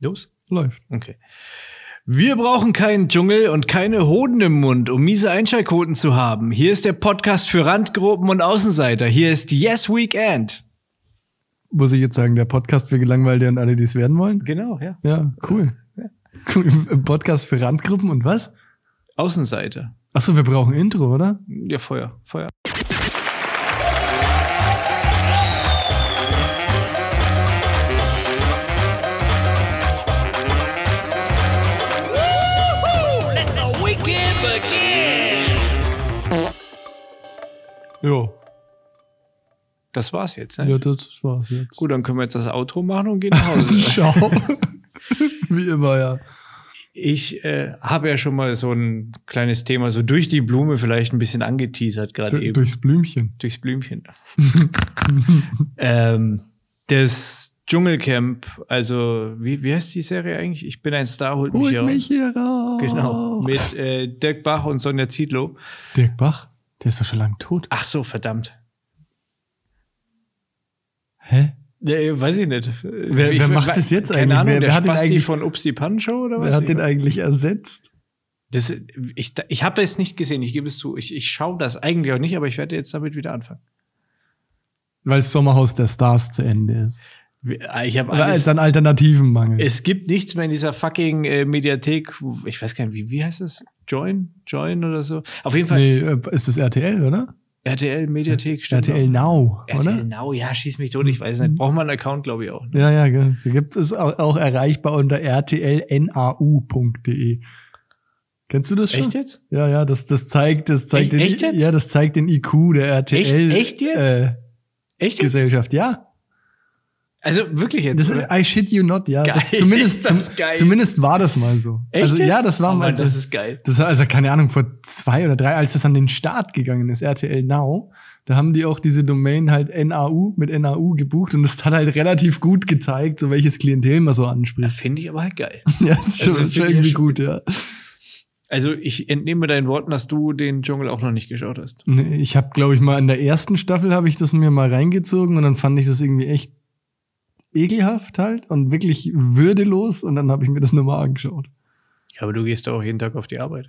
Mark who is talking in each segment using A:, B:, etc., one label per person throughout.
A: Los?
B: Läuft.
A: Okay. Wir brauchen keinen Dschungel und keine Hoden im Mund, um miese Einschaltquoten zu haben. Hier ist der Podcast für Randgruppen und Außenseiter. Hier ist Yes Weekend.
B: Muss ich jetzt sagen, der Podcast für Gelangweilte und alle, die es werden wollen?
A: Genau, ja.
B: Ja, cool. Cool. Podcast für Randgruppen und was?
A: Außenseiter.
B: Achso, wir brauchen Intro, oder?
A: Ja, Feuer, Feuer.
B: Jo.
A: Das war's jetzt, ne?
B: Ja, das war's jetzt.
A: Gut, dann können wir jetzt das Outro machen und gehen nach Hause.
B: Ciao. Wie immer, ja.
A: ich äh, habe ja schon mal so ein kleines Thema so durch die Blume vielleicht ein bisschen angeteasert gerade
B: Du-
A: eben.
B: Durchs Blümchen.
A: durchs Blümchen. ähm, das Dschungelcamp, also wie, wie heißt die Serie eigentlich? Ich bin ein Star, holt mich hier
B: Holt
A: raus.
B: mich hier raus.
A: Genau, mit äh, Dirk Bach und Sonja Zietlow.
B: Dirk Bach, der ist doch schon lange tot.
A: Ach so, verdammt.
B: Hä?
A: Äh, weiß ich nicht.
B: Wer- wer macht das jetzt eigentlich?
A: keine Ahnung,
B: Wer-
A: der
B: wer hat
A: hat
B: den
A: Spasti
B: eigentlich-
A: von Upsi Pan Show oder
B: Wer
A: was?
B: hat den eigentlich ersetzt?
A: das, ich ich habe es nicht gesehen, ich gebe es zu. Ich, ich schaue das eigentlich auch nicht, aber ich werde jetzt damit wieder anfangen.
B: Weil das Sommerhaus der Stars zu Ende ist.
A: Ich habe
B: Weil
A: alles
B: es an Alternativen mangelt.
A: Es gibt nichts mehr in dieser fucking äh, Mediathek. wo- Ich weiß gar nicht, wie, wie heißt das? Join? Join oder so? Auf jeden Fall.
B: nee, äh, ist das RTL, oder?
A: RTL Mediathek stimmt
B: RTL
A: auch.
B: Now,
A: RTL
B: oder? Mhm.
A: Now, ja, schieß mich tot, ich weiß nicht. Braucht man einen Account, glaube ich auch. Ne?
B: Ja, genau. ja, gell. Da gibt es auch, auch erreichbar unter rtlnau.de. E. Kennst du das schon?
A: Echt jetzt?
B: Ja, ja, das, das zeigt, das zeigt
A: Echt-
B: den,
A: echt jetzt?
B: ja, das zeigt den IQ der RTL.
A: echt jetzt?
B: Äh,
A: Echt jetzt?
B: Gesellschaft, ja.
A: Also wirklich jetzt.
B: Das
A: oder?
B: ist, I shit you not, ja.
A: Geil,
B: Das, zumindest,
A: ist das
B: zum,
A: geil.
B: zumindest war das mal so.
A: Echt
B: also
A: jetzt?
B: ja, das war
A: oh,
B: mal
A: Mann,
B: so.
A: Das ist geil.
B: Das war also, keine Ahnung, vor zwei oder drei, als das an den Start gegangen ist, RTL Now, da haben die auch diese Domain halt NAU mit NAU gebucht und das hat halt relativ gut gezeigt, so welches Klientel man so
A: Ja,
B: anspricht.
A: Finde ich aber halt geil.
B: Ja, das ist schon,
A: Also, das
B: schon
A: finde
B: irgendwie
A: ich ja schon
B: gut, ja.
A: Also ich entnehme deinen Worten, dass du den Dschungel auch noch nicht geschaut hast.
B: Nee, ich habe, glaube ich, mal in der ersten Staffel habe ich das mir mal reingezogen und dann fand ich das irgendwie echt ekelhaft halt und wirklich würdelos und dann habe ich mir das nochmal angeschaut.
A: Ja, aber du gehst doch auch jeden Tag auf die Arbeit.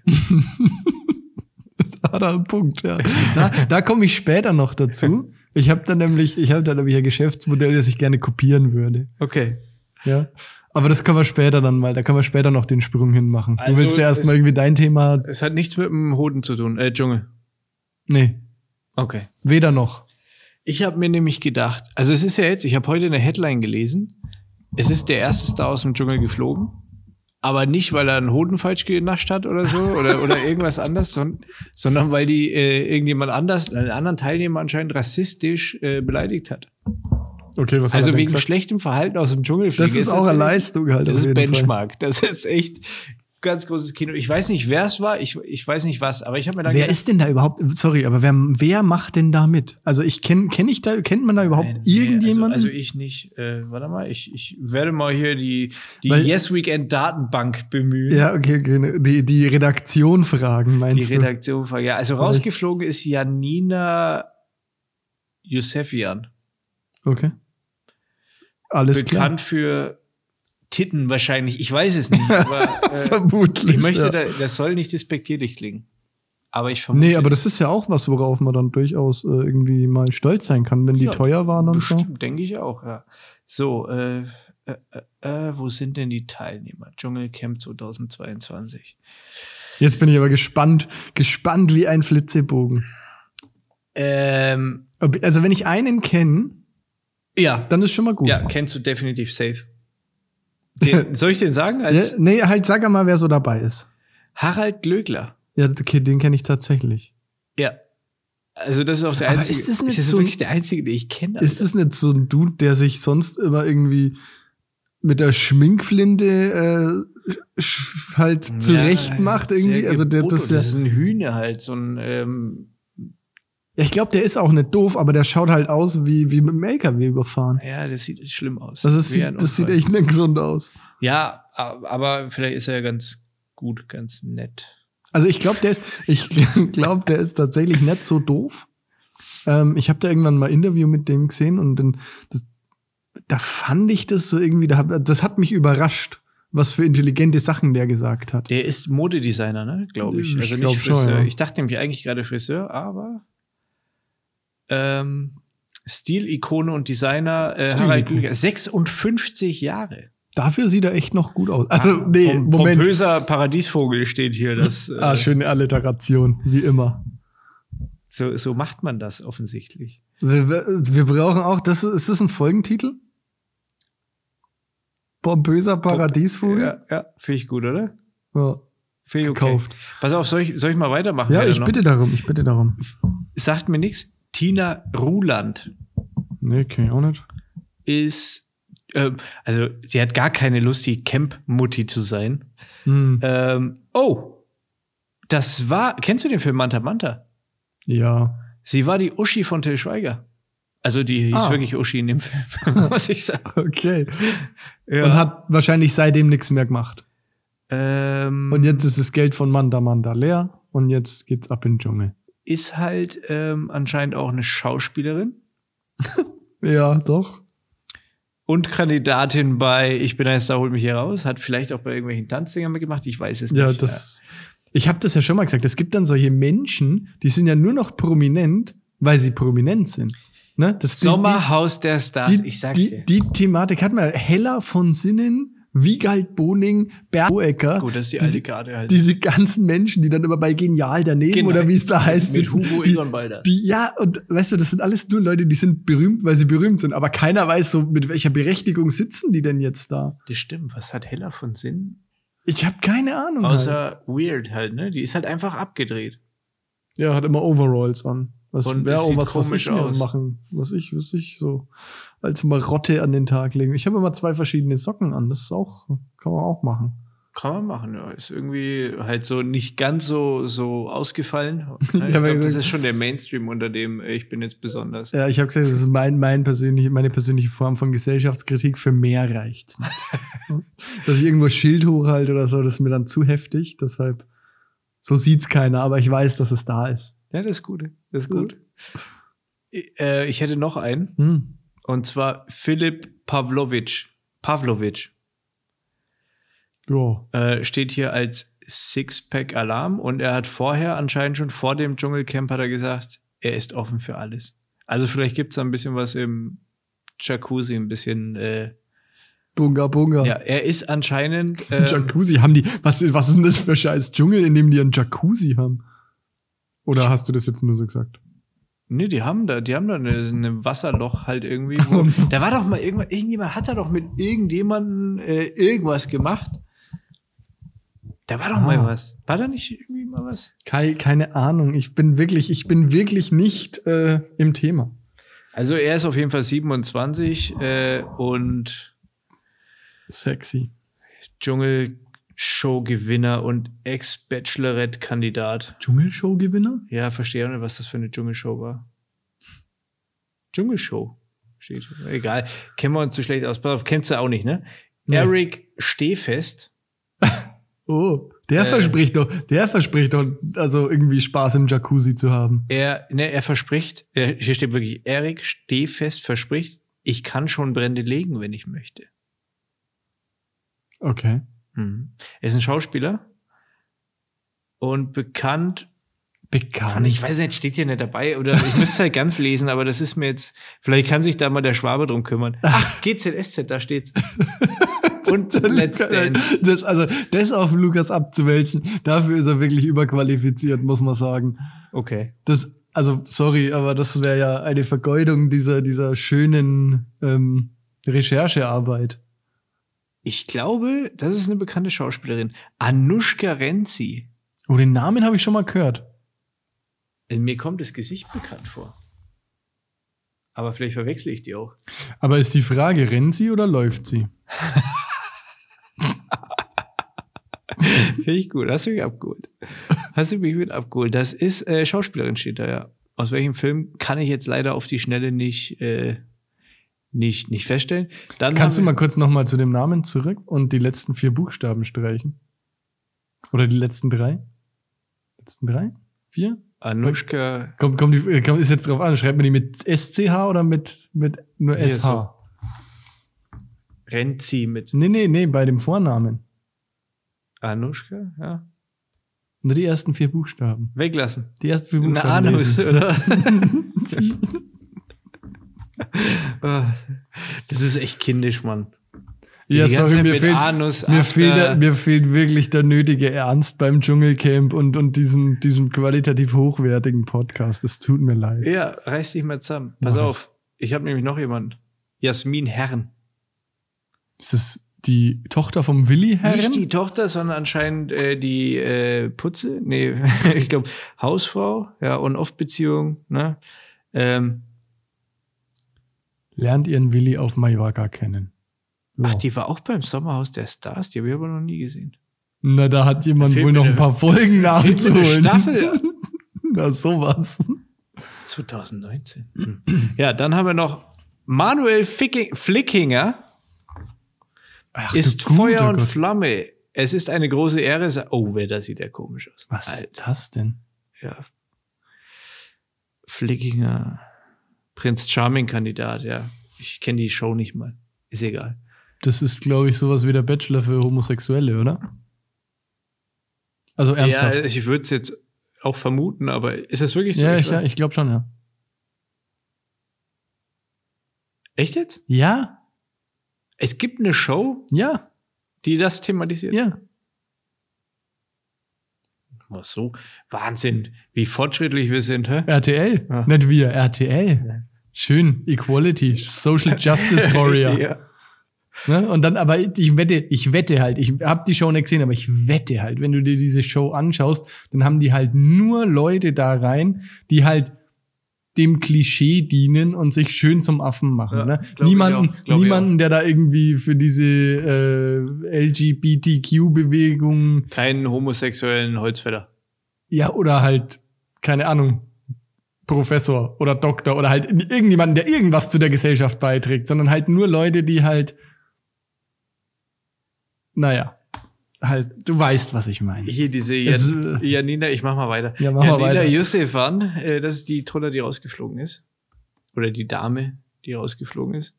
B: Da hat er einen Punkt, ja. Da, da komme ich später noch dazu. Ich habe da nämlich, ich habe da nämlich ein Geschäftsmodell, das ich gerne kopieren würde.
A: Okay.
B: Ja. Aber das können wir später dann mal, da können wir später noch den Sprung hinmachen. Du
A: Also,
B: willst ja
A: es-
B: erstmal irgendwie dein Thema.
A: Es hat nichts mit dem Hoden zu tun, äh, Dschungel.
B: Nee,
A: Okay.
B: weder noch.
A: Ich habe mir nämlich gedacht, also es ist ja jetzt, ich habe heute eine Headline gelesen. Es ist der erste Star aus dem Dschungel geflogen. Aber nicht, weil er einen Hoden falsch genascht hat oder so oder, oder irgendwas anderes, sondern, sondern weil die äh, irgendjemand anders, einen anderen Teilnehmer anscheinend rassistisch äh, beleidigt hat.
B: Okay, was
A: Also wegen schlechtem Verhalten aus dem Dschungel.
B: Das ist auch eine Leistung halt.
A: Das
B: auf
A: ist
B: jeden Fall.
A: Benchmark. Das ist echt ganz großes Kino. Ich weiß nicht, wer es war. Ich, ich weiß nicht was, aber ich habe mir dann
B: Wer ist denn da überhaupt? Sorry, aber wer, wer macht denn da mit? Also ich kenne kenne ich da kennt man da überhaupt
A: Nein, nee,
B: irgendjemanden?
A: Also, also ich nicht. Äh, warte mal, ich, ich werde mal hier die, die
B: Weil-
A: Yes Weekend Datenbank bemühen.
B: ja, okay, okay, ne, die die Redaktion fragen
A: die
B: meinst du?
A: Redaktion fragt. Ja, also
B: Vielleicht-
A: rausgeflogen ist Janina Yusefian.
B: Okay. Alles klar.
A: Bekannt für Titten wahrscheinlich. Ich weiß es nicht. Aber, äh,
B: Vermutlich.
A: ich möchte,
B: ja.
A: da, das soll nicht despektierlich klingen. Aber ich vermute.
B: Nee, aber das ist ja auch was, worauf man dann durchaus äh, irgendwie mal stolz sein kann, wenn die
A: Ja,
B: teuer waren und so.
A: Bestimmt, denke ich auch, ja. So, äh, äh, äh, äh, wo sind denn die Teilnehmer? Dschungelcamp 2022.
B: Jetzt bin ich aber gespannt, gespannt wie ein Flitzebogen.
A: Ähm,
B: Ob- Also wenn ich einen kenne,
A: ja,
B: dann ist schon mal gut.
A: ja, kennst du definitiv safe. Den, soll ich den sagen? Als
B: Ja, nee, halt sag mal, wer so dabei ist.
A: Harald Glöckler.
B: Ja, okay, den kenne ich tatsächlich.
A: Ja. Also das ist auch der
B: Aber
A: einzige.
B: ist das nicht so-
A: wirklich der einzige, den ich kenne?
B: Ist das nicht so ein Dude, der sich sonst immer irgendwie mit der Schminkflinte äh, sch- halt
A: Alter?
B: zurecht macht
A: Ja,
B: irgendwie?
A: sehr
B: Also der, das,
A: geboten.
B: ist ja,
A: das ist ein Hühner halt, so ein ähm,
B: ja, ich glaube, der ist auch nicht doof, aber der schaut halt aus wie, wie mit dem LKW überfahren.
A: ja, das sieht schlimm aus.
B: Das, ist,
A: Wie ein
B: das sieht
A: Unfall.
B: echt nicht gesund aus.
A: Ja, a- aber vielleicht ist er ja ganz gut, ganz nett.
B: Also ich glaube, der ist, ich glaube, der ist tatsächlich nicht so doof. Ähm, ich habe da irgendwann mal Interview mit dem gesehen und dann, das, da fand ich das so irgendwie, da, hab- das hat mich überrascht, was für intelligente Sachen der gesagt hat.
A: Der ist Modedesigner, ne? Glaube ich.
B: Ich
A: Also
B: glaub
A: nicht
B: schon,
A: Friseur.
B: ja.
A: Ich dachte nämlich eigentlich gerade Friseur, aber ähm, Stilikone und Designer äh,
B: Stilikone.
A: Harald Glüger. 56 Jahre.
B: Dafür sieht er echt noch gut aus. Also,
A: Ah,
B: nee,
A: pom-
B: Moment.
A: Pompöser Paradiesvogel steht hier. Das, äh,
B: Ah, schöne Alliteration, wie immer.
A: so, so macht man das offensichtlich.
B: Wir, wir wir brauchen auch, das ist, ist das ein Folgentitel? Bomböser Paradiesvogel? Ja.
A: Ja, ja finde ich gut, oder?
B: Ja,
A: Finde ich okay.
B: Gekauft.
A: Pass auf, soll ich, soll ich mal weitermachen? Wer da
B: ich
A: noch-
B: bitte darum, ich bitte darum.
A: Sagt mir nichts. Tina Ruland
B: Nee, kenn ich auch nicht.
A: ist, ähm, also sie hat gar keine Lust, die Camp-Mutti zu sein.
B: Hm,
A: Ähm, oh, das war, kennst du den Film Manta Manta?
B: ja.
A: Sie war die Uschi von Till Schweiger. Also die hieß
B: Ah.
A: wirklich Uschi in dem Film, muss ich sagen.
B: Okay.
A: Ja.
B: Und hat wahrscheinlich seitdem nichts mehr gemacht.
A: ähm,
B: Und jetzt ist das Geld von Manda Manda leer und jetzt geht's ab in den Dschungel.
A: ist halt ähm, anscheinend auch eine Schauspielerin
B: Ja, doch.
A: und Kandidatin bei Ich bin ein Star, hol mich hier raus. Hat vielleicht auch bei irgendwelchen Tanzdingern mitgemacht, ich weiß es
B: Ja,
A: nicht.
B: das. Ich habe das ja schon mal gesagt. Es gibt dann solche Menschen, die sind ja nur noch prominent, weil sie prominent sind. Ne? Das sind die-
A: Sommerhaus der Stars,
B: die,
A: ich sag's
B: die,
A: dir.
B: Die Thematik hat man. Hella von Sinnen, Wiegald Boning, Bert Hoecker.
A: Gut, das ist die
B: diese-
A: alte Garde halt.
B: Diese ganzen Menschen, die dann immer bei Genial daneben
A: Genau.
B: oder wie es da heißt.
A: Mit
B: sitzen,
A: Hugo
B: die,
A: Egon Balder.
B: die, ja, und weißt du, das sind alles nur Leute, die sind berühmt, weil sie berühmt sind. Aber keiner weiß so, mit welcher Berechtigung sitzen die denn jetzt da.
A: Das stimmt, was hat Hella von Sinn?
B: Ich habe keine Ahnung. halt.
A: Außer weird halt, ne? Die ist halt einfach abgedreht.
B: Ja, hat immer Overalls an. Das
A: Und
B: wäre
A: es
B: auch
A: sieht
B: was, was
A: komisch
B: ich mir
A: aus.
B: machen. Was ich, was ich so als Marotte an den Tag legen. Ich habe immer zwei verschiedene Socken an. Das ist auch, kann man auch machen.
A: Kann man machen, ja. Ist irgendwie halt so nicht ganz so, so ausgefallen. Ich
B: Ja, weil
A: glaub, das
B: gesagt-
A: ist schon der Mainstream, unter dem äh, ich bin jetzt besonders.
B: Ja, ich habe gesagt, das ist mein, mein persönliche, meine persönliche Form von Gesellschaftskritik. Für mehr reicht's nicht. Dass ich irgendwo ein Schild hochhalte oder so, das ist mir dann zu heftig. Deshalb, so sieht's keiner, aber ich weiß, dass es da ist.
A: Ja, das ist gut. Das ist gut. Äh, ich hätte noch einen,
B: Hm.
A: und zwar Philipp Pavlovic. Pavlovic
B: Ja.
A: äh, steht hier als Sixpack Alarm und er hat vorher anscheinend schon vor dem Dschungelcamp hat er gesagt, er ist offen für alles. Also vielleicht gibt es da ein bisschen was im Jacuzzi, ein bisschen. Äh,
B: Bunga, bunga.
A: ja, er ist anscheinend. ähm,
B: Jacuzzi haben die. Was, was ist denn das für scheiß Dschungel, in dem die einen Jacuzzi haben? Oder hast du das jetzt nur so gesagt?
A: Nee, die haben da, die haben da eine, eine Wasserloch halt irgendwie. Wo, da war doch mal irgendwann, irgendjemand hat da doch mit irgendjemandem äh, irgendwas gemacht. Da war doch mal
B: Ah.
A: was. War da nicht irgendwie mal was?
B: Keine, keine Ahnung. Ich bin wirklich, ich bin wirklich nicht äh, im Thema.
A: Also er ist auf jeden Fall 27 äh, und
B: Sexy.
A: Dschungelshow-Gewinner und Ex-Bachelorette-Kandidat.
B: Dschungelshow-Gewinner?
A: Ja, verstehe auch nicht, was das für eine Dschungelshow war. Dschungelshow. Steht. Egal. Kennen wir uns zu schlecht aus. Pass auf, kennst du auch nicht, ne?
B: Nee.
A: Eric Stehfest.
B: Oh, der
A: Äh.
B: verspricht doch, der verspricht doch, also irgendwie Spaß im Jacuzzi zu haben.
A: Er, ne, er verspricht, er, hier steht wirklich, Erik Stehfest verspricht, ich kann schon Brände legen, wenn ich möchte.
B: Okay.
A: Mhm. Er ist ein Schauspieler und bekannt,
B: Bekannt.
A: und ich weiß nicht, steht hier nicht dabei oder ich müsste es halt ganz lesen, aber das ist mir jetzt, vielleicht kann sich da mal der Schwabe drum kümmern. Ach, GZSZ, da steht's. Und Let's Dance.
B: Das, also, das auf Lukas abzuwälzen, dafür ist er wirklich überqualifiziert, muss man sagen.
A: Okay.
B: Das, also, sorry, aber das wäre ja eine Vergeudung dieser, dieser schönen ähm, Recherchearbeit.
A: Ich glaube, das ist eine bekannte Schauspielerin. Anushka Renzi.
B: Oh, den Namen habe ich schon mal gehört.
A: Mir kommt das Gesicht bekannt vor. Aber vielleicht verwechsel ich die auch.
B: Aber ist die Frage, rennt sie oder läuft sie?
A: Finde ich gut. Hast du mich abgeholt? Hast du mich mit abgeholt? Das ist äh, Schauspielerin steht da ja. Aus welchem Film kann ich jetzt leider auf die Schnelle nicht äh, nicht nicht feststellen? Dann
B: Kannst du
A: haben
B: mal kurz nochmal zu dem Namen zurück und die letzten vier Buchstaben streichen? Oder die letzten drei? Letzten drei? Vier?
A: wir Anushka
B: Kommt, kommt, die, äh, kommt, ist jetzt drauf an. Schreibt man die mit SCH oder mit, mit nur
A: Hier,
B: SH?
A: so. Renzi mit
B: Nee, nee, nee, bei dem Vornamen.
A: Anuschka, ja.
B: Nur die ersten vier Buchstaben.
A: Weglassen.
B: Die ersten vier
A: Eine
B: Buchstaben.
A: Anus,
B: lesen.
A: oder? Ah, das ist echt kindisch, Mann.
B: Ja,
A: Die ganze
B: sorry,
A: Zeit
B: mir
A: mit
B: fehlt,
A: Anus,
B: mir,
A: After-
B: fehlt der, mir fehlt wirklich der nötige Ernst beim Dschungelcamp und, und diesem, diesem qualitativ hochwertigen Podcast. Es tut mir leid.
A: Ja, reiß dich mal zusammen. Pass
B: Mach ich.
A: auf, ich habe nämlich noch jemanden. Jasmin Herren.
B: Ist es die Tochter vom Willi
A: Nicht die
B: Herren?
A: Tochter, sondern anscheinend äh, die äh, Putze. Nee, ich glaube, Hausfrau, ja, und Off-Beziehung, ne? Ähm,
B: Lernt ihren Willi auf Mallorca kennen.
A: Ach,
B: Ja.
A: die war auch beim Sommerhaus der Stars, die habe ich aber noch nie gesehen.
B: Na, da hat jemand
A: Fehlt
B: wohl
A: mir
B: noch
A: eine-
B: ein paar Folgen
A: fehlt mir eine
B: nachzuholen.
A: Staffel.
B: Na, sowas.
A: 2019. Hm. Ja, dann haben wir noch Manuel Ficking, Flickinger
B: Ach,
A: ist
B: du guter
A: Feuer und
B: Gott.
A: Flamme. Es ist eine große Ehre. sa- Oh, wer, da sieht er komisch aus.
B: Was
A: Alter.
B: ist das denn?
A: ja. Flickinger Prinz Charming-Kandidat, ja. Ich kenne die Show nicht mal. Ist egal.
B: Das ist, glaube ich, sowas wie der Bachelor für Homosexuelle, oder? Also ernsthaft.
A: Ja, ich würde es jetzt auch vermuten, aber ist das wirklich so?
B: Ja,
A: Ich
B: ich, ja,
A: weiß-
B: ich glaube schon, ja.
A: Echt jetzt?
B: Ja,
A: Es gibt eine Show,
B: ja,
A: die das thematisiert.
B: ja.
A: Oh, so Wahnsinn, wie fortschrittlich wir sind. Hä?
B: RTL.
A: Ja.
B: Nicht wir, RTL. Schön, Equality, Social Justice Warrior.
A: ja.
B: Ne? Und dann, aber ich wette, ich wette halt, ich habe die Show nicht gesehen, aber ich wette halt, wenn du dir diese Show anschaust, dann haben die halt nur Leute da rein, die halt dem Klischee dienen und sich schön zum Affen machen.
A: Ja,
B: ne?
A: glaub ich
B: Niemanden,
A: auch, glaub ich
B: niemanden, der da irgendwie für diese äh, LGBTQ-Bewegung,
A: Keinen homosexuellen Holzfäller.
B: ja, oder halt, keine Ahnung, Professor oder Doktor oder halt irgendjemanden, der irgendwas zu der Gesellschaft beiträgt, sondern halt nur Leute, die halt, naja, halt, du weißt, was ich meine.
A: Hier diese
B: Es-
A: Jan Janina, ich mach mal weiter.
B: Ja, mach mal
A: Janina
B: weiter.
A: Yusefan, äh, das ist die Troller, die rausgeflogen ist. Oder die Dame, die rausgeflogen ist.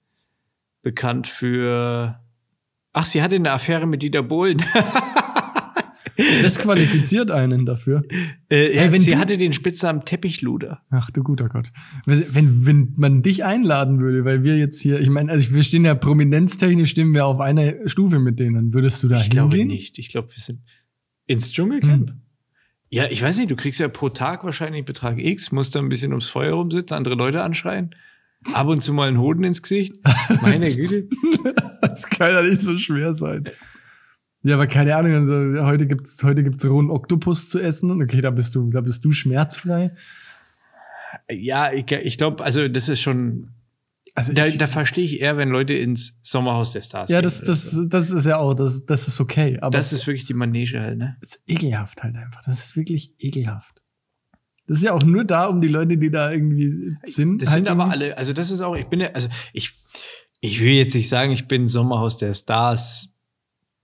A: Bekannt für. Ach, sie hatte eine Affäre mit Dieter Bohlen.
B: Das qualifiziert einen dafür.
A: Äh,
B: Ey, wenn
A: sie
B: du-
A: hatte den Spitznamen Teppichluder.
B: Ach du guter Gott. Wenn, wenn man dich einladen würde, weil wir jetzt hier, ich meine, also wir stehen ja prominenztechnisch, stehen wir auf einer Stufe mit denen. Würdest du da
A: Ich glaube
B: hingehen?
A: nicht. Ich glaube, wir sind ins Dschungelcamp.
B: Hm.
A: Ja, ich weiß nicht, du kriegst ja pro Tag wahrscheinlich Betrag X, musst da ein bisschen ums Feuer rumsitzen, andere Leute anschreien, ab und zu mal einen Hoden ins Gesicht. Meine Güte.
B: Das kann ja nicht so schwer sein. Ja, aber keine Ahnung, also heute gibt's heute gibt's rohen Oktopus zu essen. Okay, da bist du, da bist du schmerzfrei.
A: Ja, ich, ich glaube, also das ist schon,
B: Also
A: da,
B: ich,
A: da verstehe ich eher, wenn Leute ins Sommerhaus der Stars
B: ja,
A: gehen
B: das,
A: oder
B: das,
A: so.
B: das ist ja auch, das, das ist okay. Aber
A: das ist wirklich die Manege halt, ne?
B: es ist ekelhaft halt einfach. Das ist wirklich ekelhaft. Das ist ja auch nur da, um die Leute, die da irgendwie sind.
A: Das
B: halt
A: sind aber
B: irgendwie-
A: alle, also das ist auch, ich bin ja, also ich, ich will jetzt nicht sagen, ich bin Sommerhaus der Stars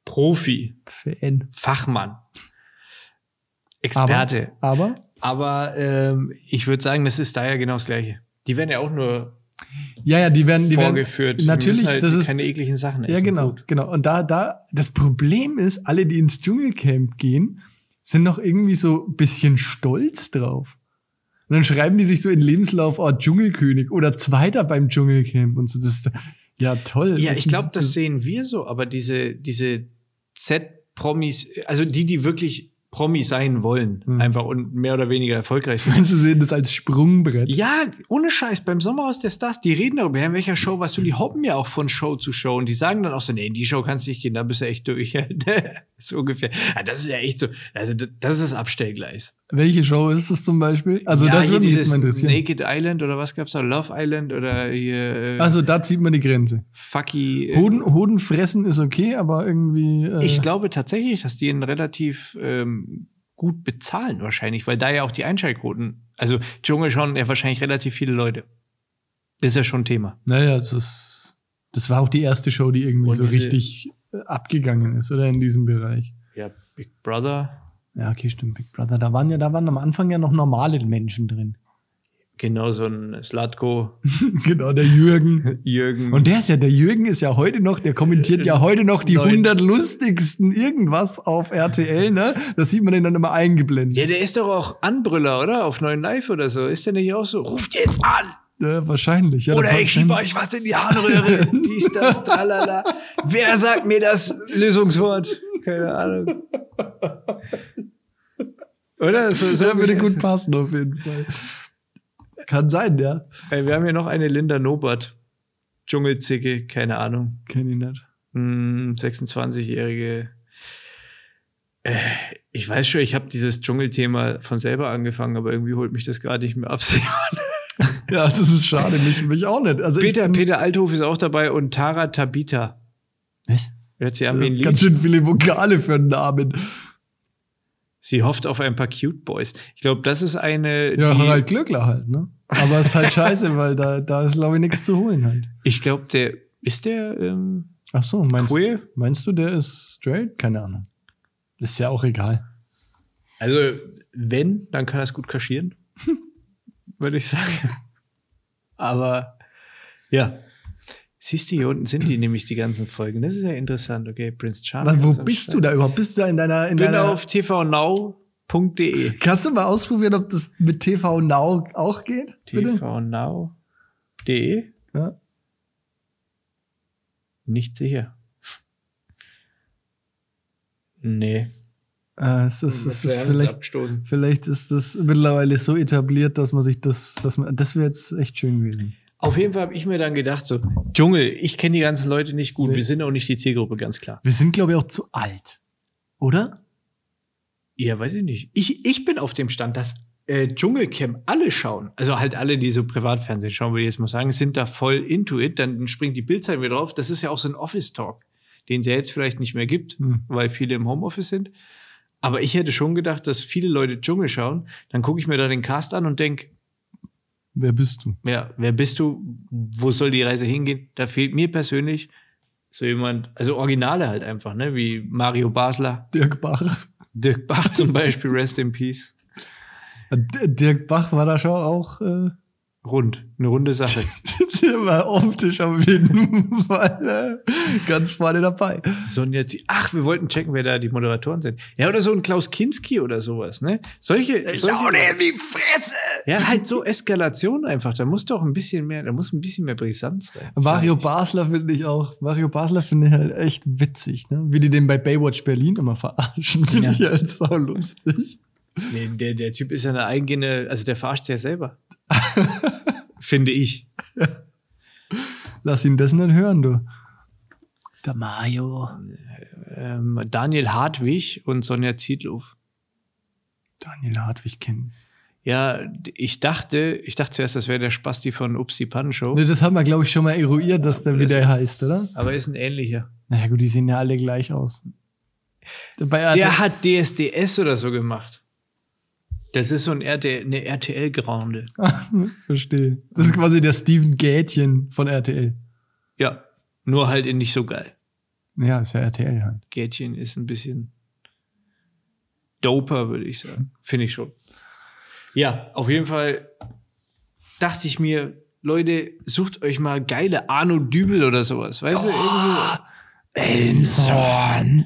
A: Profi,
B: Fan.
A: Fachmann, Experte.
B: Aber
A: Aber, ähm, ich würde sagen, das ist da ja genau das Gleiche. Die werden ja auch nur
B: ja, ja, die werden, die werden
A: vorgeführt. die
B: natürlich,
A: müssen halt
B: das ist-
A: keine ekligen Sachen essen.
B: Ja, genau,
A: Gut.
B: genau. Und da, da, das Problem ist, alle, die ins Dschungelcamp gehen, sind noch irgendwie so ein bisschen stolz drauf. Und dann schreiben die sich so in Lebenslauf, oh, Dschungelkönig oder Zweiter beim Dschungelcamp und so. Das ist, ja, toll.
A: Ja,
B: Das-
A: ich glaube, das sehen wir so, aber diese, diese Z-Promis, also die, die wirklich Promis sein wollen,
B: Hm.
A: einfach und mehr oder weniger erfolgreich sind.
B: Meinst du, sehen das als Sprungbrett?
A: Ja, ohne Scheiß, beim Sommerhaus der Stars, die reden darüber, ja, in welcher Show warst du, die hoppen ja auch von Show zu Show und die sagen dann auch so, nee, in die Show kannst du nicht gehen, da bist du echt durch. so ungefähr. Ja, das ist ja echt so, also d- das ist das Abstellgleis.
B: Welche Show ist das zum Beispiel? Also,
A: ja,
B: das
A: hier
B: würde mich jetzt
A: dieses
B: mal interessieren.
A: Naked Island oder was gab's da? Love Island oder hier äh,
B: Also, da zieht man die Grenze.
A: Fucky. äh,
B: Hoden, Hoden fressen ist okay, aber irgendwie. Äh,
A: Ich glaube tatsächlich, dass die ihn relativ ähm, gut bezahlen wahrscheinlich, weil da ja auch die Einschaltquoten, also Dschungel schauen ja wahrscheinlich relativ viele Leute. Das ist ja schon ein Thema.
B: Naja, das ist, das war auch die erste Show, die irgendwie
A: Und
B: so
A: diese-
B: richtig äh, abgegangen ist, oder in diesem Bereich.
A: Ja, Big Brother.
B: Ja, okay, stimmt, Big Brother. Da waren ja, da waren am Anfang ja noch normale Menschen drin.
A: Genau so ein Slatko,
B: genau, der Jürgen.
A: Jürgen.
B: Und der ist ja, der Jürgen ist ja heute noch, der kommentiert ja heute noch die
A: Neun.
B: 100 lustigsten irgendwas auf RTL, ne? Das sieht man den dann immer eingeblendet.
A: ja, der ist doch auch Anbrüller, oder? Auf neuen Live oder so. Ist der nicht auch so? Ruft jetzt an!
B: Äh, wahrscheinlich. Ja,
A: Oder
B: da
A: ich schiebe euch was in die Harnröhre. Dies, das, tralala. Wer sagt mir das Lösungswort? Keine Ahnung. Oder? So, so
B: Das würde gut passen, auf jeden Fall. Kann sein, ja.
A: Ey, wir haben hier noch eine Linda Nobert. Dschungelzicke, keine Ahnung.
B: Kenn ihn nicht.
A: Hm, 26-jährige. Äh, Ich weiß schon, ich habe dieses Dschungelthema von selber angefangen, aber irgendwie holt mich das gerade nicht mehr ab.
B: Ja, das ist schade. Mich, mich auch nicht. Also ich
A: Peter,
B: bin-
A: Peter Althof ist auch dabei und Tara Tabita.
B: Was?
A: Hört sie an wie ein
B: Äh,
A: Lied.
B: Ganz schön viele Vokale für einen Namen.
A: Sie hofft auf ein paar Cute Boys. Ich glaube, das ist eine.
B: Ja,
A: die,
B: Harald Glöckler halt, ne? Aber es ist halt scheiße, weil da, da ist, glaube ich, nichts zu holen halt.
A: Ich glaube, der. Ist der ähm,
B: Ach so, meinst,
A: queer?
B: meinst du, der ist straight? Keine Ahnung. Ist ja auch egal.
A: Also, wenn, dann kann er es gut kaschieren. Würde ich sagen. Aber
B: Ja.
A: siehst du, hier unten sind die nämlich die ganzen Folgen. Das ist ja interessant. Okay, Prince Charming.
B: Aber wo
A: ist am
B: bist
A: Start.
B: du da überhaupt? Bist du da in deiner... In
A: Ich bin
B: deiner
A: Genau, auf tvnow.de.
B: Kannst du mal ausprobieren, ob das mit TV Now auch geht? Bitte?
A: tvnow.de?
B: Ja.
A: Nicht sicher. Nee.
B: Äh, es ist, es ist vielleicht,
A: abgestoßen.
B: vielleicht ist das mittlerweile so etabliert, dass man sich das... Dass man, das wäre jetzt echt schön gewesen.
A: Auf jeden Fall habe ich mir dann gedacht, so, Dschungel, ich kenne die ganzen Leute nicht gut,
B: Nee.
A: wir sind auch nicht die Zielgruppe, ganz klar.
B: Wir sind, glaube ich, auch zu alt. Oder?
A: Ja, weiß ich nicht. Ich, ich bin auf dem Stand, dass äh, Dschungelcamp alle schauen, also halt alle, die so Privatfernsehen schauen, würde ich jetzt mal sagen, sind da voll into it, dann springt die Bildzeit wieder drauf. Das ist ja auch so ein Office-Talk, den es ja jetzt vielleicht nicht mehr gibt,
B: Hm.
A: weil viele im Homeoffice sind. Aber ich hätte schon gedacht, dass viele Leute Dschungel schauen. Dann gucke ich mir da den Cast an und denke,
B: Wer bist du?
A: Ja, wer bist du? Wo soll die Reise hingehen? Da fehlt mir persönlich so jemand, also Originale halt einfach, ne? Wie Mario Basler,
B: Dirk Bach.
A: Dirk Bach zum Beispiel, Rest in Peace.
B: D- Dirk Bach war da schon auch, äh,
A: Rund, eine runde Sache.
B: der war optisch auf jeden Fall äh, ganz vorne dabei.
A: Sonja Zie Ach, wir wollten checken, wer da die Moderatoren sind. Ja, oder so ein Klaus Kinski oder sowas, ne? Solche. solche
B: in die Fresse!
A: ja, halt so Eskalation einfach. Da muss doch ein bisschen mehr, da muss ein bisschen mehr Brisanz rein.
B: Mario Basler finde ich auch, Mario Basler finde ich halt echt witzig, ne? Wie die den bei Baywatch Berlin immer verarschen, finde
A: Ja.
B: ich halt sau lustig.
A: Nee, der, der Typ ist ja eine eigene, also der verarscht sich ja selber. Finde ich.
B: Lass ihn das nicht hören, du. Der Mario.
A: ähm, Daniel Hartwig und Sonja Zietlow.
B: Daniel Hartwig kennen.
A: Ja, d- ich dachte, ich dachte zuerst, das wäre der Spasti von Upsi Pan Show,
B: Ne, das haben wir, glaube ich, schon mal eruiert, dass der
A: Aber das-
B: wieder heißt, oder?
A: aber ist ein ähnlicher.
B: Naja, gut, die sehen ja alle gleich aus. Bei RTL
A: Der hat DSDS oder so gemacht. Das ist so ein RTL, eine RTL-Grounde.
B: Verstehe. Das ist quasi der Steven Gätchen von RTL.
A: Ja, nur halt in nicht so geil.
B: Ja, ist ja RTL halt.
A: Gätchen ist ein bisschen doper, würde ich sagen. Finde ich schon. Ja, auf jeden Fall dachte ich mir, Leute, sucht euch mal geile Arno Dübel oder sowas. Weißt du, irgendwie.
B: Elmshorn.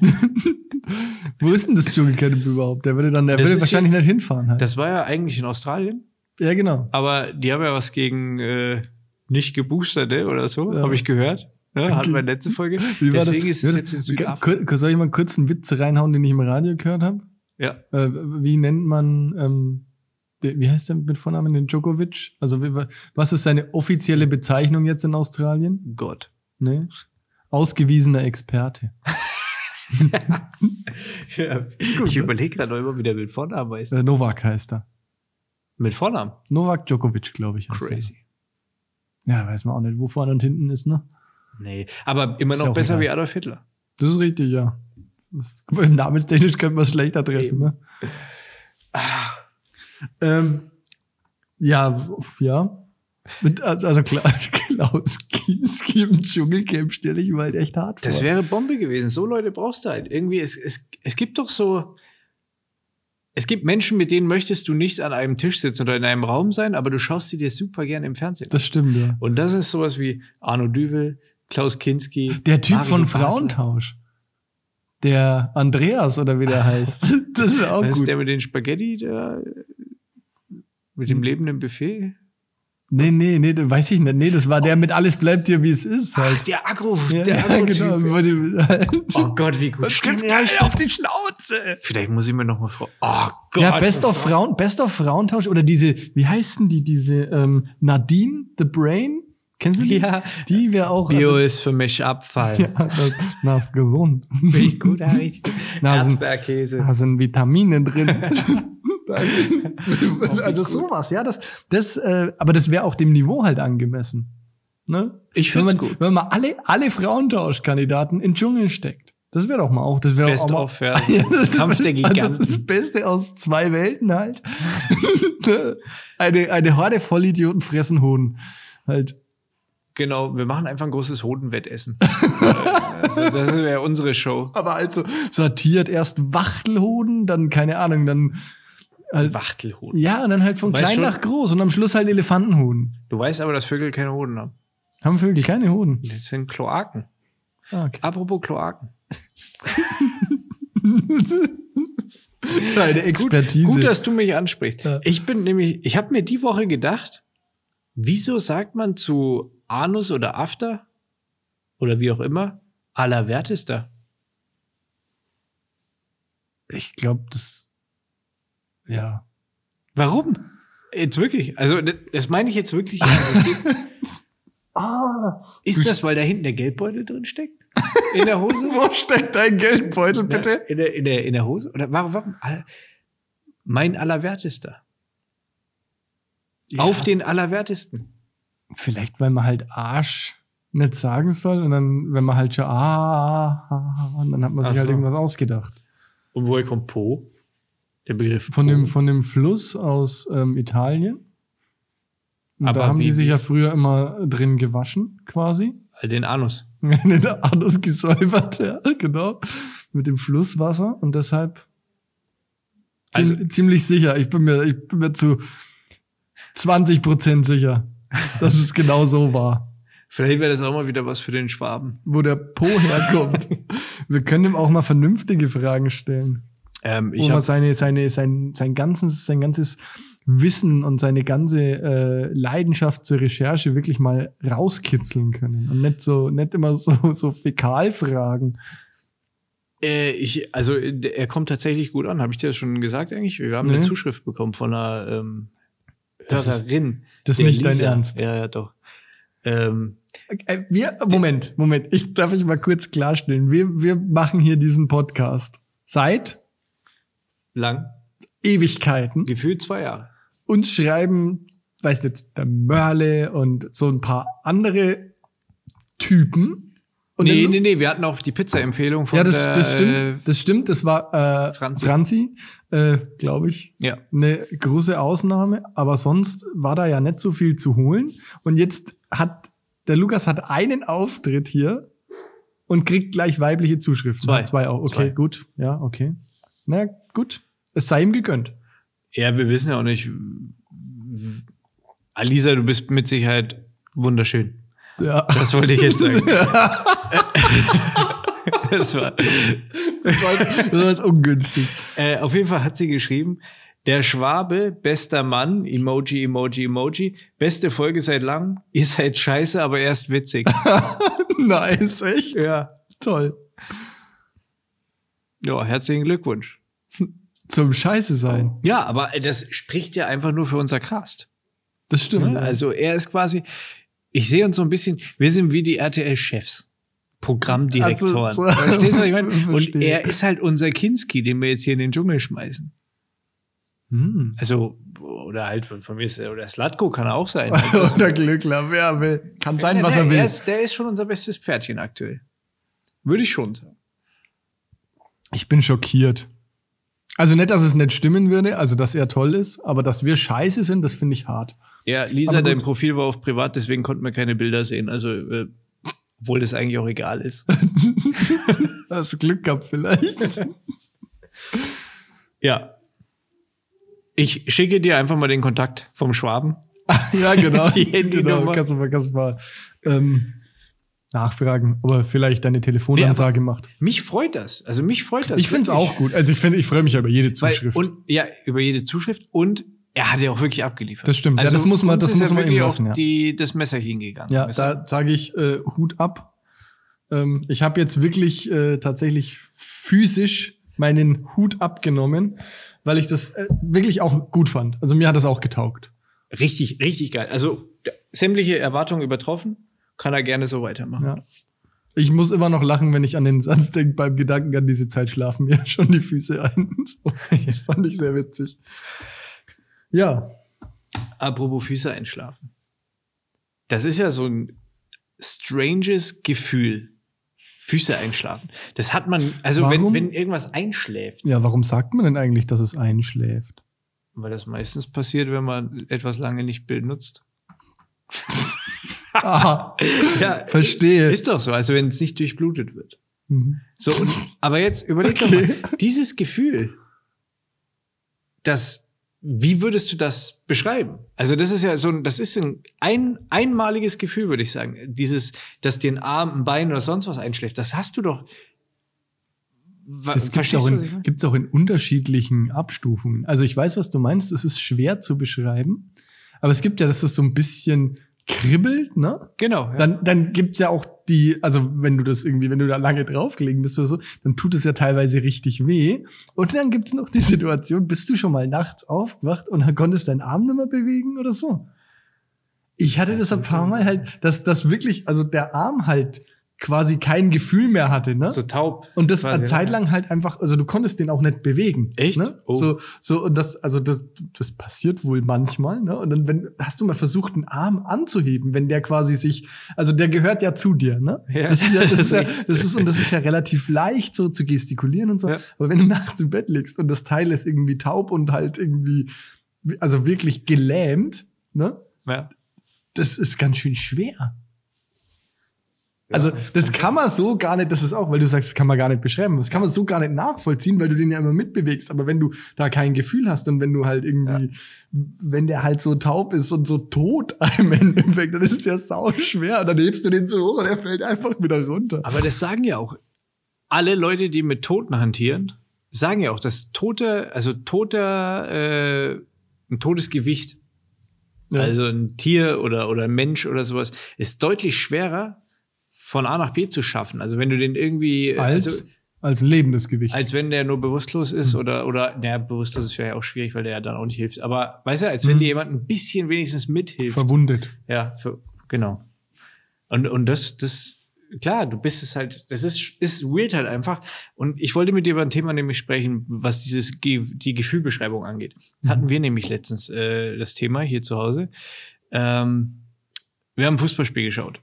B: Wo ist denn das Dschungelcamp überhaupt? Der würde dann, der
A: Das
B: würde
A: ist
B: wahrscheinlich
A: jetzt-
B: nicht hinfahren halt.
A: Das war ja eigentlich in Australien,
B: Ja, genau.
A: aber die haben ja was gegen äh, nicht geboosterte oder so,
B: Ja.
A: habe ich gehört. Ne? Hatten wir in der letzten Folge.
B: Wie war
A: Deswegen
B: das?
A: ist es
B: Ja,
A: jetzt in
B: das-
A: Südafrika.
B: kur- kur- Soll ich mal kurz einen Witz reinhauen, den ich im Radio gehört habe?
A: Ja.
B: Äh, wie nennt man, ähm, den, wie heißt der mit Vornamen, den Djokovic? Also wie, was ist seine offizielle Bezeichnung jetzt in Australien?
A: Gott.
B: Nee. Ausgewiesener Experte.
A: Ja. ne? Ich überlege gerade noch immer, wie der mit Vornamen heißt.
B: Äh, Novak heißt er.
A: Mit Vornamen.
B: Novak Djokovic, glaube ich. heißt
A: Crazy.
B: Er. Ja, weiß man auch nicht, wo vorne und hinten ist, ne?
A: Nee. Aber immer
B: Ist
A: noch
B: ja auch
A: besser
B: egal.
A: wie Adolf Hitler.
B: Das ist richtig, ja. Namenstechnisch könnte man es schlechter treffen, ne? Ähm, ja, w- ja. Mit, also also Kla- Klaus Kinski im Dschungelcamp stelle ich mir halt echt hart
A: Das
B: vor.
A: wäre Bombe gewesen. So Leute brauchst du halt. Irgendwie, es, es, es gibt doch so. es gibt Menschen, mit denen möchtest du nicht an einem Tisch sitzen oder in einem Raum sein, aber du schaust sie dir super gern im Fernsehen. an.
B: Das stimmt, ja.
A: Und das ist sowas wie Arno Düvel, Klaus Kinski.
B: Der Typ
A: Mario
B: von
A: Basler.
B: Frauentausch. Der Andreas oder wie der heißt. Das ist auch
A: das ist
B: gut.
A: der mit den Spaghetti, der mit
B: Hm.
A: dem lebenden Buffet.
B: Nee, nee, nee, das weiß ich nicht. Nee, das war der mit alles bleibt dir, wie es ist. Halt.
A: Ach, der Agro,
B: Ja,
A: der
B: ja,
A: Agro-Typ.
B: genau. Wo die-
A: Oh Gott, wie gut.
B: Das gibt's
A: Ja, ich-
B: auf die Schnauze.
A: Vielleicht muss ich mir nochmal fragen. Oh Gott.
B: Ja, Best of Frauen, Best of Frauentausch oder diese, wie heißen die, diese ähm, Nadine the Brain? Kennst du die?
A: Ja.
B: Die wäre auch
A: Bio ist für mich Abfall.
B: ja, das- na, ist gesund.
A: Richtig gut, ja, richtig gut.
B: Na, sind-
A: Herzbergkäse.
B: Da sind Vitamine drin. also sowas, ja, das, das, äh, aber das wäre auch dem Niveau halt angemessen. Ne?
A: Ich
B: Wenn
A: find's
B: man,
A: gut.
B: wenn man alle, alle Frauentauschkandidaten in den Dschungel steckt. Das wäre doch mal auch, das wäre doch auch
A: Best
B: mal,
A: of, ja.
B: Ja, das-
A: Kampf der
B: Also das, ist
A: Giganten.
B: das Beste aus zwei Welten halt. Ne? eine, eine Horde Vollidioten fressen Hoden. Halt.
A: Genau, wir machen einfach ein großes Hodenwettessen. also, das wäre unsere Show.
B: Aber also sortiert erst Wachtelhoden, dann keine Ahnung, dann halt,
A: Wachtelhoden.
B: ja, und dann halt von
A: Weißt
B: klein
A: schon-
B: nach groß und am Schluss halt Elefantenhoden.
A: Du weißt aber, dass Vögel keine Hoden haben.
B: Haben Vögel keine Hoden.
A: Das sind Kloaken.
B: Ah, okay.
A: Apropos Kloaken.
B: Deine Expertise.
A: Gut, dass du mich ansprichst.
B: Ja.
A: Ich bin nämlich, ich habe mir die Woche gedacht, wieso sagt man zu Anus oder After oder wie auch immer, allerwertester?
B: ich glaube, das ja.
A: Warum? Jetzt wirklich. Also, das, das meine ich jetzt wirklich. ernst.
B: Ah,
A: Ist das, weil da hinten der Geldbeutel drin steckt? In der Hose?
B: wo steckt dein Geldbeutel bitte?
A: In der, in der, in der Hose? Oder warum? warum? Aller- Mein Allerwertester. Auf den Allerwertesten.
B: Vielleicht, weil man halt Arsch nicht sagen soll und dann, wenn man halt schon ah, ah, ah, und dann hat man sich
A: Ach
B: halt
A: so.
B: irgendwas ausgedacht.
A: Und woher kommt Po? Der Begriff.
B: Von
A: Po.
B: dem, von dem Fluss aus ähm, Italien. Und
A: Aber
B: da haben
A: wie-
B: die sich
A: wie-
B: ja früher immer drin gewaschen, quasi.
A: Den Anus.
B: Nicht anders gesäubert, ja, genau. Mit dem Flusswasser und deshalb
A: Also-
B: ziem- ziemlich sicher. Ich bin mir, ich bin mir zu 20 Prozent sicher, dass es genau so war.
A: Vielleicht wäre das auch mal wieder was für den Schwaben.
B: wo der Po herkommt. Wir können ihm auch mal vernünftige Fragen stellen.
A: Ähm,
B: Wo
A: ich
B: man
A: hab,
B: seine, seine, sein, sein, ganzes, sein ganzes Wissen und seine ganze äh, Leidenschaft zur Recherche wirklich mal rauskitzeln können. Und nicht so, nicht immer so, so Fäkalfragen.
A: äh, ich, also äh, der- er kommt tatsächlich gut an. Habe ich dir das schon gesagt eigentlich? Wir haben eine
B: Nee.
A: Zuschrift bekommen von einer ähm,
B: Das ist-
A: Hörerin.
B: Das ist
A: der
B: nicht dein
A: Lisa.
B: Ernst.
A: Ja, ja, doch. Ähm,
B: Äh, Wir, Moment, Moment. Ich darf ich mal kurz klarstellen. Wir, wir machen hier diesen Podcast seit
A: lang.
B: Ewigkeiten.
A: Gefühlt zwei Jahre.
B: uns schreiben, weiß nicht, der Mörle und so ein paar andere Typen. Und
A: nee,
B: dann-
A: nee, nee, wir hatten auch die Pizza-Empfehlung von
B: Ja, das, das
A: der, äh,
B: stimmt. Das stimmt. Das war äh,
A: Franzi.
B: Franzi, Franzi äh, glaube ich.
A: Ja.
B: Eine große Ausnahme. Aber sonst war da ja nicht so viel zu holen. Und jetzt hat der Lukas hat einen Auftritt hier und kriegt gleich weibliche Zuschriften.
A: Zwei.
B: Zwei auch. Okay,
A: Zwei.
B: gut. Ja, okay. Na gut. Es sei ihm gegönnt.
A: Ja, wir wissen ja auch nicht. w- Alisa, du bist mit Sicherheit wunderschön.
B: Ja.
A: Das wollte ich jetzt sagen. das war,
B: Das war jetzt ungünstig.
A: äh, auf jeden Fall hat sie geschrieben, der Schwabe, bester Mann, Emoji, Emoji, Emoji, beste Folge seit langem, ihr seid scheiße, aber erst witzig.
B: Nice, echt?
A: ja.
B: Toll.
A: Ja, herzlichen Glückwunsch.
B: Zum Scheiße sein.
A: Ja, aber das spricht ja einfach nur für unser Cast.
B: Das stimmt.
A: Ne? Also er ist quasi, ich sehe uns so ein bisschen, wir sind wie die RTL-Chefs. Programmdirektoren.
B: Also, so-
A: Verstehst du, was ich meine? Und
B: Verstehe.
A: er ist halt unser Kinski, den wir jetzt hier in den Dschungel schmeißen.
B: Hm.
A: Also, oder halt von, von mir ist, oder Slatko kann er auch sein.
B: Oder Glückler, wer will. Kann sein, was
A: der,
B: er
A: Der
B: will.
A: ist, der ist schon unser bestes Pferdchen aktuell. Würde ich schon sagen.
B: Ich bin schockiert. Also nicht, dass es nicht stimmen würde, also dass er toll ist, aber dass wir scheiße sind, das finde ich hart.
A: Ja, Lisa,
B: Aber gut.
A: dein Profil war auf privat, deswegen konnten wir keine Bilder sehen. Also, äh, obwohl das eigentlich auch egal ist.
B: Hast Glück gehabt vielleicht.
A: Ja. Ich schicke dir einfach mal den Kontakt vom Schwaben.
B: ja, genau.
A: Die Handynummer.
B: Genau, kannst du mal, kannst du mal ähm, nachfragen, ob er vielleicht eine Telefonansage macht.
A: Mich freut das. Also mich freut das.
B: Ich finde es
A: wirklich.
B: auch gut. Also ich finde, ich freue mich ja über jede
A: Weil,
B: Zuschrift.
A: und ja, über jede Zuschrift und er hat ja auch wirklich abgeliefert. Also,
B: Das stimmt. Ja, das muss man-
A: uns
B: das
A: ist
B: muss
A: ja
B: man ihm
A: wirklich
B: lassen,
A: auch
B: ja.
A: die das Messerchen gegangen.
B: ja,
A: Messer.
B: da sage ich äh, Hut ab. Ähm, ich habe jetzt wirklich äh, tatsächlich physisch meinen Hut abgenommen, weil ich das äh, wirklich auch gut fand. Also mir hat das auch getaugt.
A: richtig, richtig geil. Also d- sämtliche Erwartungen übertroffen, kann er gerne so weitermachen.
B: Ja. Ich muss immer noch lachen, wenn ich an den Satz denke, beim Gedanken an diese Zeit schlafen mir schon die Füße ein. So, Das fand ich sehr witzig. Ja,
A: Apropos Füße einschlafen. Das ist ja so ein stranges Gefühl. Füße einschlafen. Das hat man, also wenn,
B: Warum?
A: wenn irgendwas einschläft,
B: ja, warum sagt man denn eigentlich, dass es einschläft?
A: weil das meistens passiert, wenn man etwas lange nicht benutzt.
B: Aha,
A: Ja,
B: verstehe.
A: ist doch so, also wenn es nicht durchblutet wird.
B: Mhm.
A: So, und, aber jetzt überleg doch
B: Okay.
A: mal, dieses Gefühl, das, wie würdest du das beschreiben? Also, das ist ja so ein, das ist ein, ein einmaliges Gefühl, würde ich sagen. Dieses, dass dir ein Arm, ein Bein oder sonst was einschläft, das hast du doch. Wa-
B: Das gibt es
A: Ah, verstehst
B: auch,
A: du, was ich
B: in-
A: meine?
B: gibt's auch in unterschiedlichen Abstufungen. Also ich weiß, was du meinst. Es ist schwer zu beschreiben. Aber es gibt ja, dass es so ein bisschen kribbelt, ne?
A: Genau. Ja.
B: Dann, dann gibt's ja auch die, also wenn du das irgendwie, wenn du da lange draufgelegen bist oder so, dann tut es ja teilweise richtig weh. Und dann gibt's noch die Situation, bist du schon mal nachts aufgewacht und dann konntest deinen Arm nicht mehr bewegen oder so. Ich hatte
A: Das
B: das, ein
A: ist
B: paar
A: schon-
B: Mal halt, dass das wirklich, also der Arm halt quasi kein Gefühl mehr hatte, ne?
A: So taub.
B: Und das
A: quasi,
B: eine Zeit
A: ne?
B: lang halt einfach, also du konntest den auch nicht bewegen.
A: Echt?
B: Ne?
A: Oh.
B: So, so, und das, also das, das passiert wohl manchmal, ne? Und dann, wenn, hast du mal versucht, einen Arm anzuheben, wenn der quasi sich, also der gehört ja zu dir, ne?
A: Ja.
B: Das ist ja, das ist ja, das ist, und das ist ja relativ leicht, so zu gestikulieren und so.
A: Ja.
B: Aber wenn du nachts im Bett liegst und das Teil ist irgendwie taub und halt irgendwie, also wirklich gelähmt, ne?
A: Ja.
B: Das ist ganz schön schwer.
A: Ja,
B: Also
A: das
B: das kann man so gar nicht, das ist auch, weil du sagst, das kann man gar nicht beschreiben, das kann man so gar nicht nachvollziehen, weil du den ja immer mitbewegst, aber wenn du da kein Gefühl hast und wenn du halt irgendwie, wenn der halt so taub ist und so tot im Endeffekt, dann ist der sau schwer und dann hebst du den so hoch und er fällt einfach wieder runter.
A: Aber das sagen ja auch alle Leute, die mit Toten hantieren, sagen ja auch, dass toter, also toter, äh, ein totes Gewicht,
B: Ja.
A: also ein Tier oder, oder ein Mensch oder sowas, ist deutlich schwerer von A nach B zu schaffen. Also wenn du den irgendwie, äh,
B: als, Hm.
A: also,
B: als ein lebendes Gewicht.
A: als wenn der nur bewusstlos ist oder, oder, naja, bewusstlos ist ja auch schwierig, weil der ja dann auch nicht hilft. Aber weißt du, als wenn
B: Mhm.
A: dir jemand ein bisschen wenigstens mithilft.
B: verwundet.
A: Ja, für, genau. Und, und das, das, klar, du bist es halt, das ist, ist weird halt einfach. Und ich wollte mit dir über ein Thema nämlich sprechen, was dieses, Ge- die Gefühlbeschreibung angeht.
B: Mhm.
A: Hatten wir nämlich letztens äh, das Thema hier zu Hause. Ähm, wir haben ein Fußballspiel geschaut.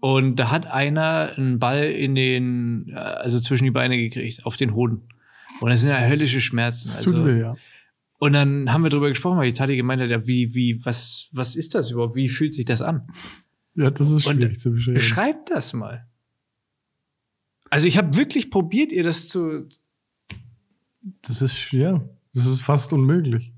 A: Und da hat einer einen Ball in den, äh, also zwischen die Beine gekriegt, auf den Hoden. Und das sind ja höllische Schmerzen.
B: Das
A: Also,
B: tut weh, ja.
A: und dann haben wir drüber gesprochen, weil Itali gemeint hat, ja, wie, wie, was, was ist das überhaupt? Wie fühlt sich das an?
B: Ja, das ist
A: Und
B: schwierig zu beschreiben.
A: Beschreib das mal. Also ich habe wirklich probiert, ihr das zu.
B: Das ist schwer. Das ist fast unmöglich.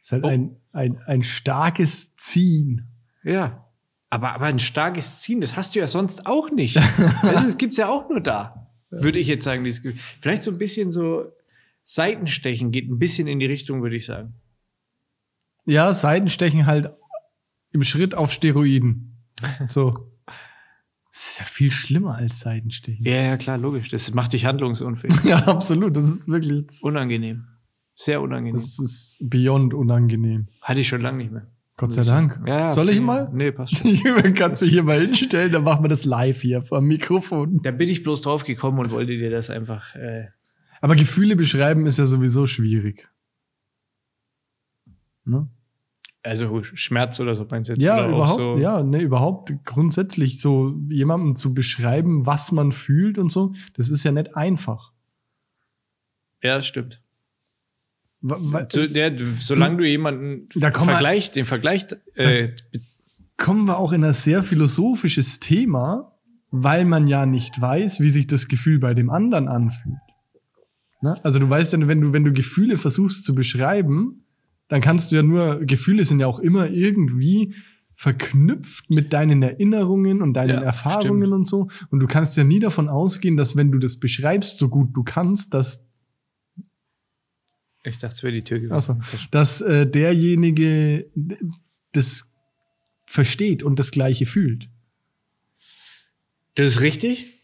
B: Es ist halt
A: Oh.
B: ein, ein, ein starkes Ziehen.
A: Ja. Aber, aber ein starkes Ziehen, das hast du ja sonst auch nicht. Das ist- gibt's ja auch nur da. Würde ich jetzt sagen, dieses Gefühl. Vielleicht so ein bisschen so Seitenstechen geht ein bisschen in die Richtung, würde ich sagen.
B: Ja, Seitenstechen halt im Schritt auf Steroiden. So. Das ist ja viel schlimmer als Seitenstechen.
A: Ja, ja, klar, logisch. Das macht dich handlungsunfähig.
B: Ja, absolut. Das ist wirklich.
A: Unangenehm. Sehr unangenehm.
B: Das ist beyond unangenehm.
A: Hatte ich schon lange nicht mehr.
B: Gott sei Dank.
A: Ja, ja,
B: Soll ich
A: viel-
B: mal?
A: Nee, passt schon.
B: Kannst du hier mal hinstellen, dann machen wir das live hier vom Mikrofon.
A: Da bin ich bloß drauf gekommen und wollte dir das einfach. Äh,
B: Aber Gefühle beschreiben ist ja sowieso schwierig. Ne?
A: also Schmerz oder so meinst du jetzt?
B: Ja,
A: oder auch
B: überhaupt,
A: So,
B: ja, ne, überhaupt grundsätzlich so jemandem zu beschreiben, was man fühlt und so, das ist ja nicht einfach.
A: ja, stimmt.
B: Wa- wa-
A: So, der, solange du jemanden
B: Also Da kommen wir-
A: Vergleich, den Vergleich, äh,
B: Kommen wir auch in ein sehr philosophisches Thema, weil man ja nicht weiß, wie sich das Gefühl bei dem anderen anfühlt. Ne? Also du weißt ja, wenn du, wenn du Gefühle versuchst zu beschreiben, dann kannst du ja nur, Gefühle sind ja auch immer irgendwie verknüpft mit deinen Erinnerungen und deinen
A: Ja,
B: Erfahrungen
A: stimmt.
B: und so. Und du kannst ja nie davon ausgehen, dass wenn du das beschreibst, so gut du kannst, dass,
A: Ich dachte, es wäre die Tür gewesen.
B: also, dass äh, derjenige d- das versteht und das Gleiche fühlt.
A: Das ist richtig.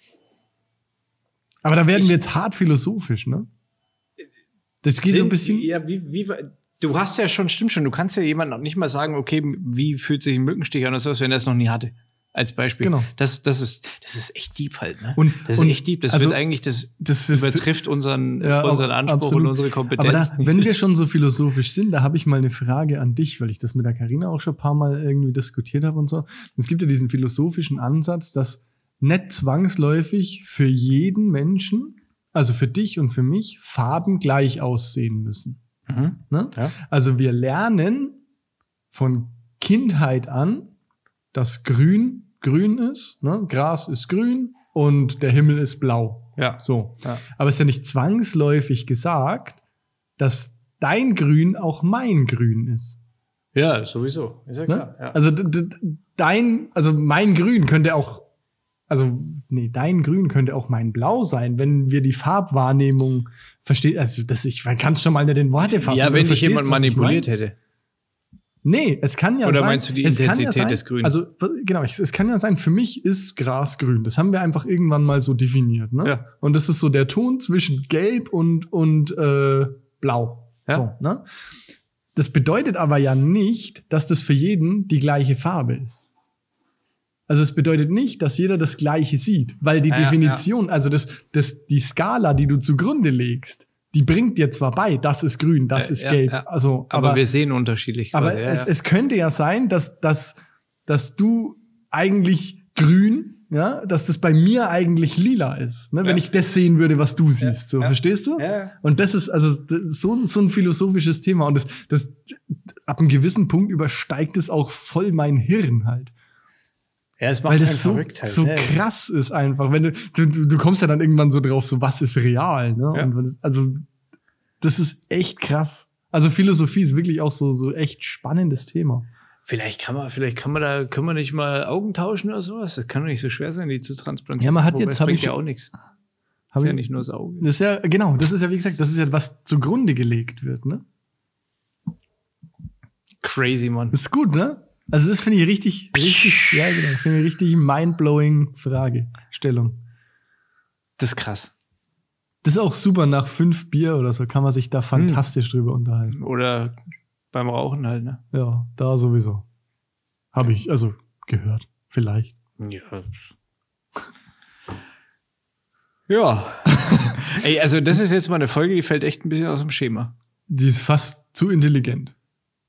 B: Aber da werden
A: Ich-
B: wir jetzt hart philosophisch, ne? Das geht so ein
A: Sind-
B: bisschen.
A: Ja, wie, wie, du hast ja schon, stimmt schon, du kannst ja jemandem auch nicht mal sagen, okay, wie fühlt sich ein Mückenstich an oder sowas, wenn er es noch nie hatte. Als Beispiel.
B: Genau.
A: Das, das, ist, das ist echt deep halt, ne?
B: Und-
A: das ist
B: und-
A: echt deep. Das
B: also-
A: wird eigentlich, das,
B: Das ist,
A: übertrifft unseren,
B: Ja,
A: unseren
B: ab-
A: Anspruch
B: absolut.
A: und unsere Kompetenz.
B: aber da,
A: nicht.
B: wenn wir schon so philosophisch sind, da habe ich mal eine Frage an dich, weil ich das mit der Karina auch schon ein paar Mal irgendwie diskutiert habe und so. Es gibt ja diesen philosophischen Ansatz, dass nicht zwangsläufig für jeden Menschen, also für dich und für mich, Farben gleich aussehen müssen.
A: mhm.
B: Ne?
A: Ja.
B: Also wir lernen von Kindheit an, dass Grün grün ist, ne? Gras ist grün und der Himmel ist blau.
A: ja.
B: So.
A: Ja.
B: Aber es ist ja nicht zwangsläufig gesagt, dass dein Grün auch mein Grün ist.
A: ja, sowieso. Ist ja
B: Ne?
A: klar. Ja.
B: Also d- d- dein, also mein Grün könnte auch, also nee, dein Grün könnte auch mein Blau sein, wenn wir die Farbwahrnehmung verstehen. Also das, ich kann es schon mal nicht in Worte fassen.
A: ja,
B: aber du
A: wenn dich
B: verstehst,
A: jemand
B: was ich
A: manipuliert
B: mein.
A: hätte.
B: Nee, es kann ja
A: Oder
B: sein.
A: meinst du die
B: es kann
A: Intensität
B: ja sein,
A: des Grüns?
B: Also genau, ich, es kann ja sein, für mich ist Gras grün. Das haben wir einfach irgendwann mal so definiert. Ne?
A: Ja.
B: Und das ist so der Ton zwischen Gelb und, und äh, Blau.
A: Ja.
B: So, ne? Das bedeutet aber ja nicht, dass das für jeden die gleiche Farbe ist. Also es bedeutet nicht, dass jeder das Gleiche sieht, weil die
A: Ja,
B: Definition, also das, das, die Skala, die du zugrunde legst, die bringt dir zwar bei, das ist grün, das
A: Äh, Ja,
B: ist
A: ja,
B: gelb.
A: ja.
B: Also,
A: Aber, wir sehen unterschiedlich.
B: aber
A: quasi, ja,
B: es,
A: ja.
B: es könnte ja sein, dass, dass, dass du eigentlich grün, ja, dass das bei mir eigentlich lila ist. Ne? Wenn
A: Ja.
B: ich das sehen würde, was du siehst. So,
A: ja.
B: verstehst du?
A: Ja, ja.
B: Und das ist also das ist so, ein- so ein philosophisches Thema. Und das, das ab einem gewissen Punkt übersteigt es auch voll mein Hirn halt.
A: ja, es macht
B: Weil
A: einen
B: das so,
A: verrückt halt.
B: so
A: ja, ja.
B: krass ist einfach. Wenn du, du, du du kommst ja dann irgendwann so drauf, so was ist real. Ne?
A: Ja.
B: Und wenn es- also das ist echt krass. Also Philosophie ist wirklich auch so, so echt spannendes Thema.
A: Vielleicht kann man, vielleicht kann man da, können wir nicht mal Augen tauschen oder sowas? Das kann doch nicht so schwer sein, die zu transplantieren.
B: Ja, man hat
A: Wobei,
B: jetzt-
A: es
B: hab
A: bringt
B: ich
A: ja
B: schon-
A: auch nichts.
B: Hab
A: ist ja
B: ich-
A: nicht nur das Auge.
B: Das ist ja, genau, das ist ja, wie gesagt, das ist ja, was zugrunde gelegt wird, ne?
A: Crazy, Mann.
B: Das ist gut, ne? Also, das finde ich richtig, richtig, ja, genau, finde ich richtig mindblowing Fragestellung.
A: Das ist krass.
B: Das ist auch super nach fünf Bier oder so, kann man sich da fantastisch drüber unterhalten.
A: Oder beim Rauchen halt, ne?
B: Ja, da sowieso. Habe ich, also, gehört. Vielleicht.
A: Ja. Ja. Ey, also das ist jetzt mal eine Folge, die fällt echt ein bisschen aus dem Schema.
B: Die ist fast zu intelligent.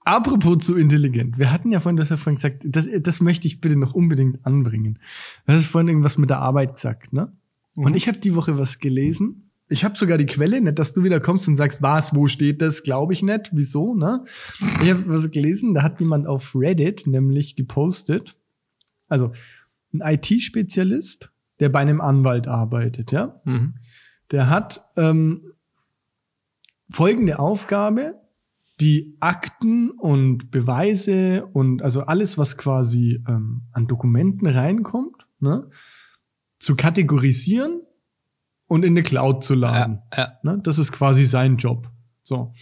B: Apropos zu intelligent. Wir hatten ja vorhin, du hast ja vorhin gesagt, das, das möchte ich bitte noch unbedingt anbringen. Du hast vorhin irgendwas mit der Arbeit gesagt, ne? Und ich habe die Woche was gelesen. Ich habe sogar die Quelle, nicht, dass du wieder kommst und sagst, was, wo steht das, glaube ich nicht, wieso, ne? Ich habe was gelesen, da hat jemand auf Reddit nämlich gepostet, also ein IT-Spezialist, der bei einem Anwalt arbeitet, ja?
A: Mhm.
B: Der hat ähm, folgende Aufgabe, die Akten und Beweise und also alles, was quasi ähm, an Dokumenten reinkommt, ne, zu kategorisieren und in eine Cloud zu laden.
A: Ja, ja.
B: Ne? Das ist quasi sein Job. So.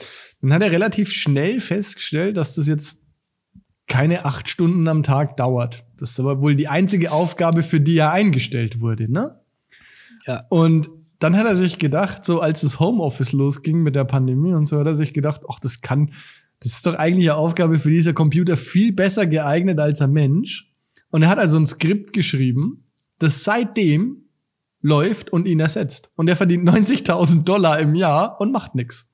B: Dann hat er relativ schnell festgestellt, dass das jetzt keine acht Stunden am Tag dauert. Das ist aber wohl die einzige Aufgabe, für die er eingestellt wurde, ne?
A: Ja.
B: Und dann hat er sich gedacht, so als das Homeoffice losging mit der Pandemie und so, hat er sich gedacht, ach, das kann, das ist doch eigentlich eine Aufgabe für dieser Computer viel besser geeignet als ein Mensch. Und er hat also ein Skript geschrieben, das seitdem läuft und ihn ersetzt. Und er verdient 90.000 Dollar im Jahr und macht nix.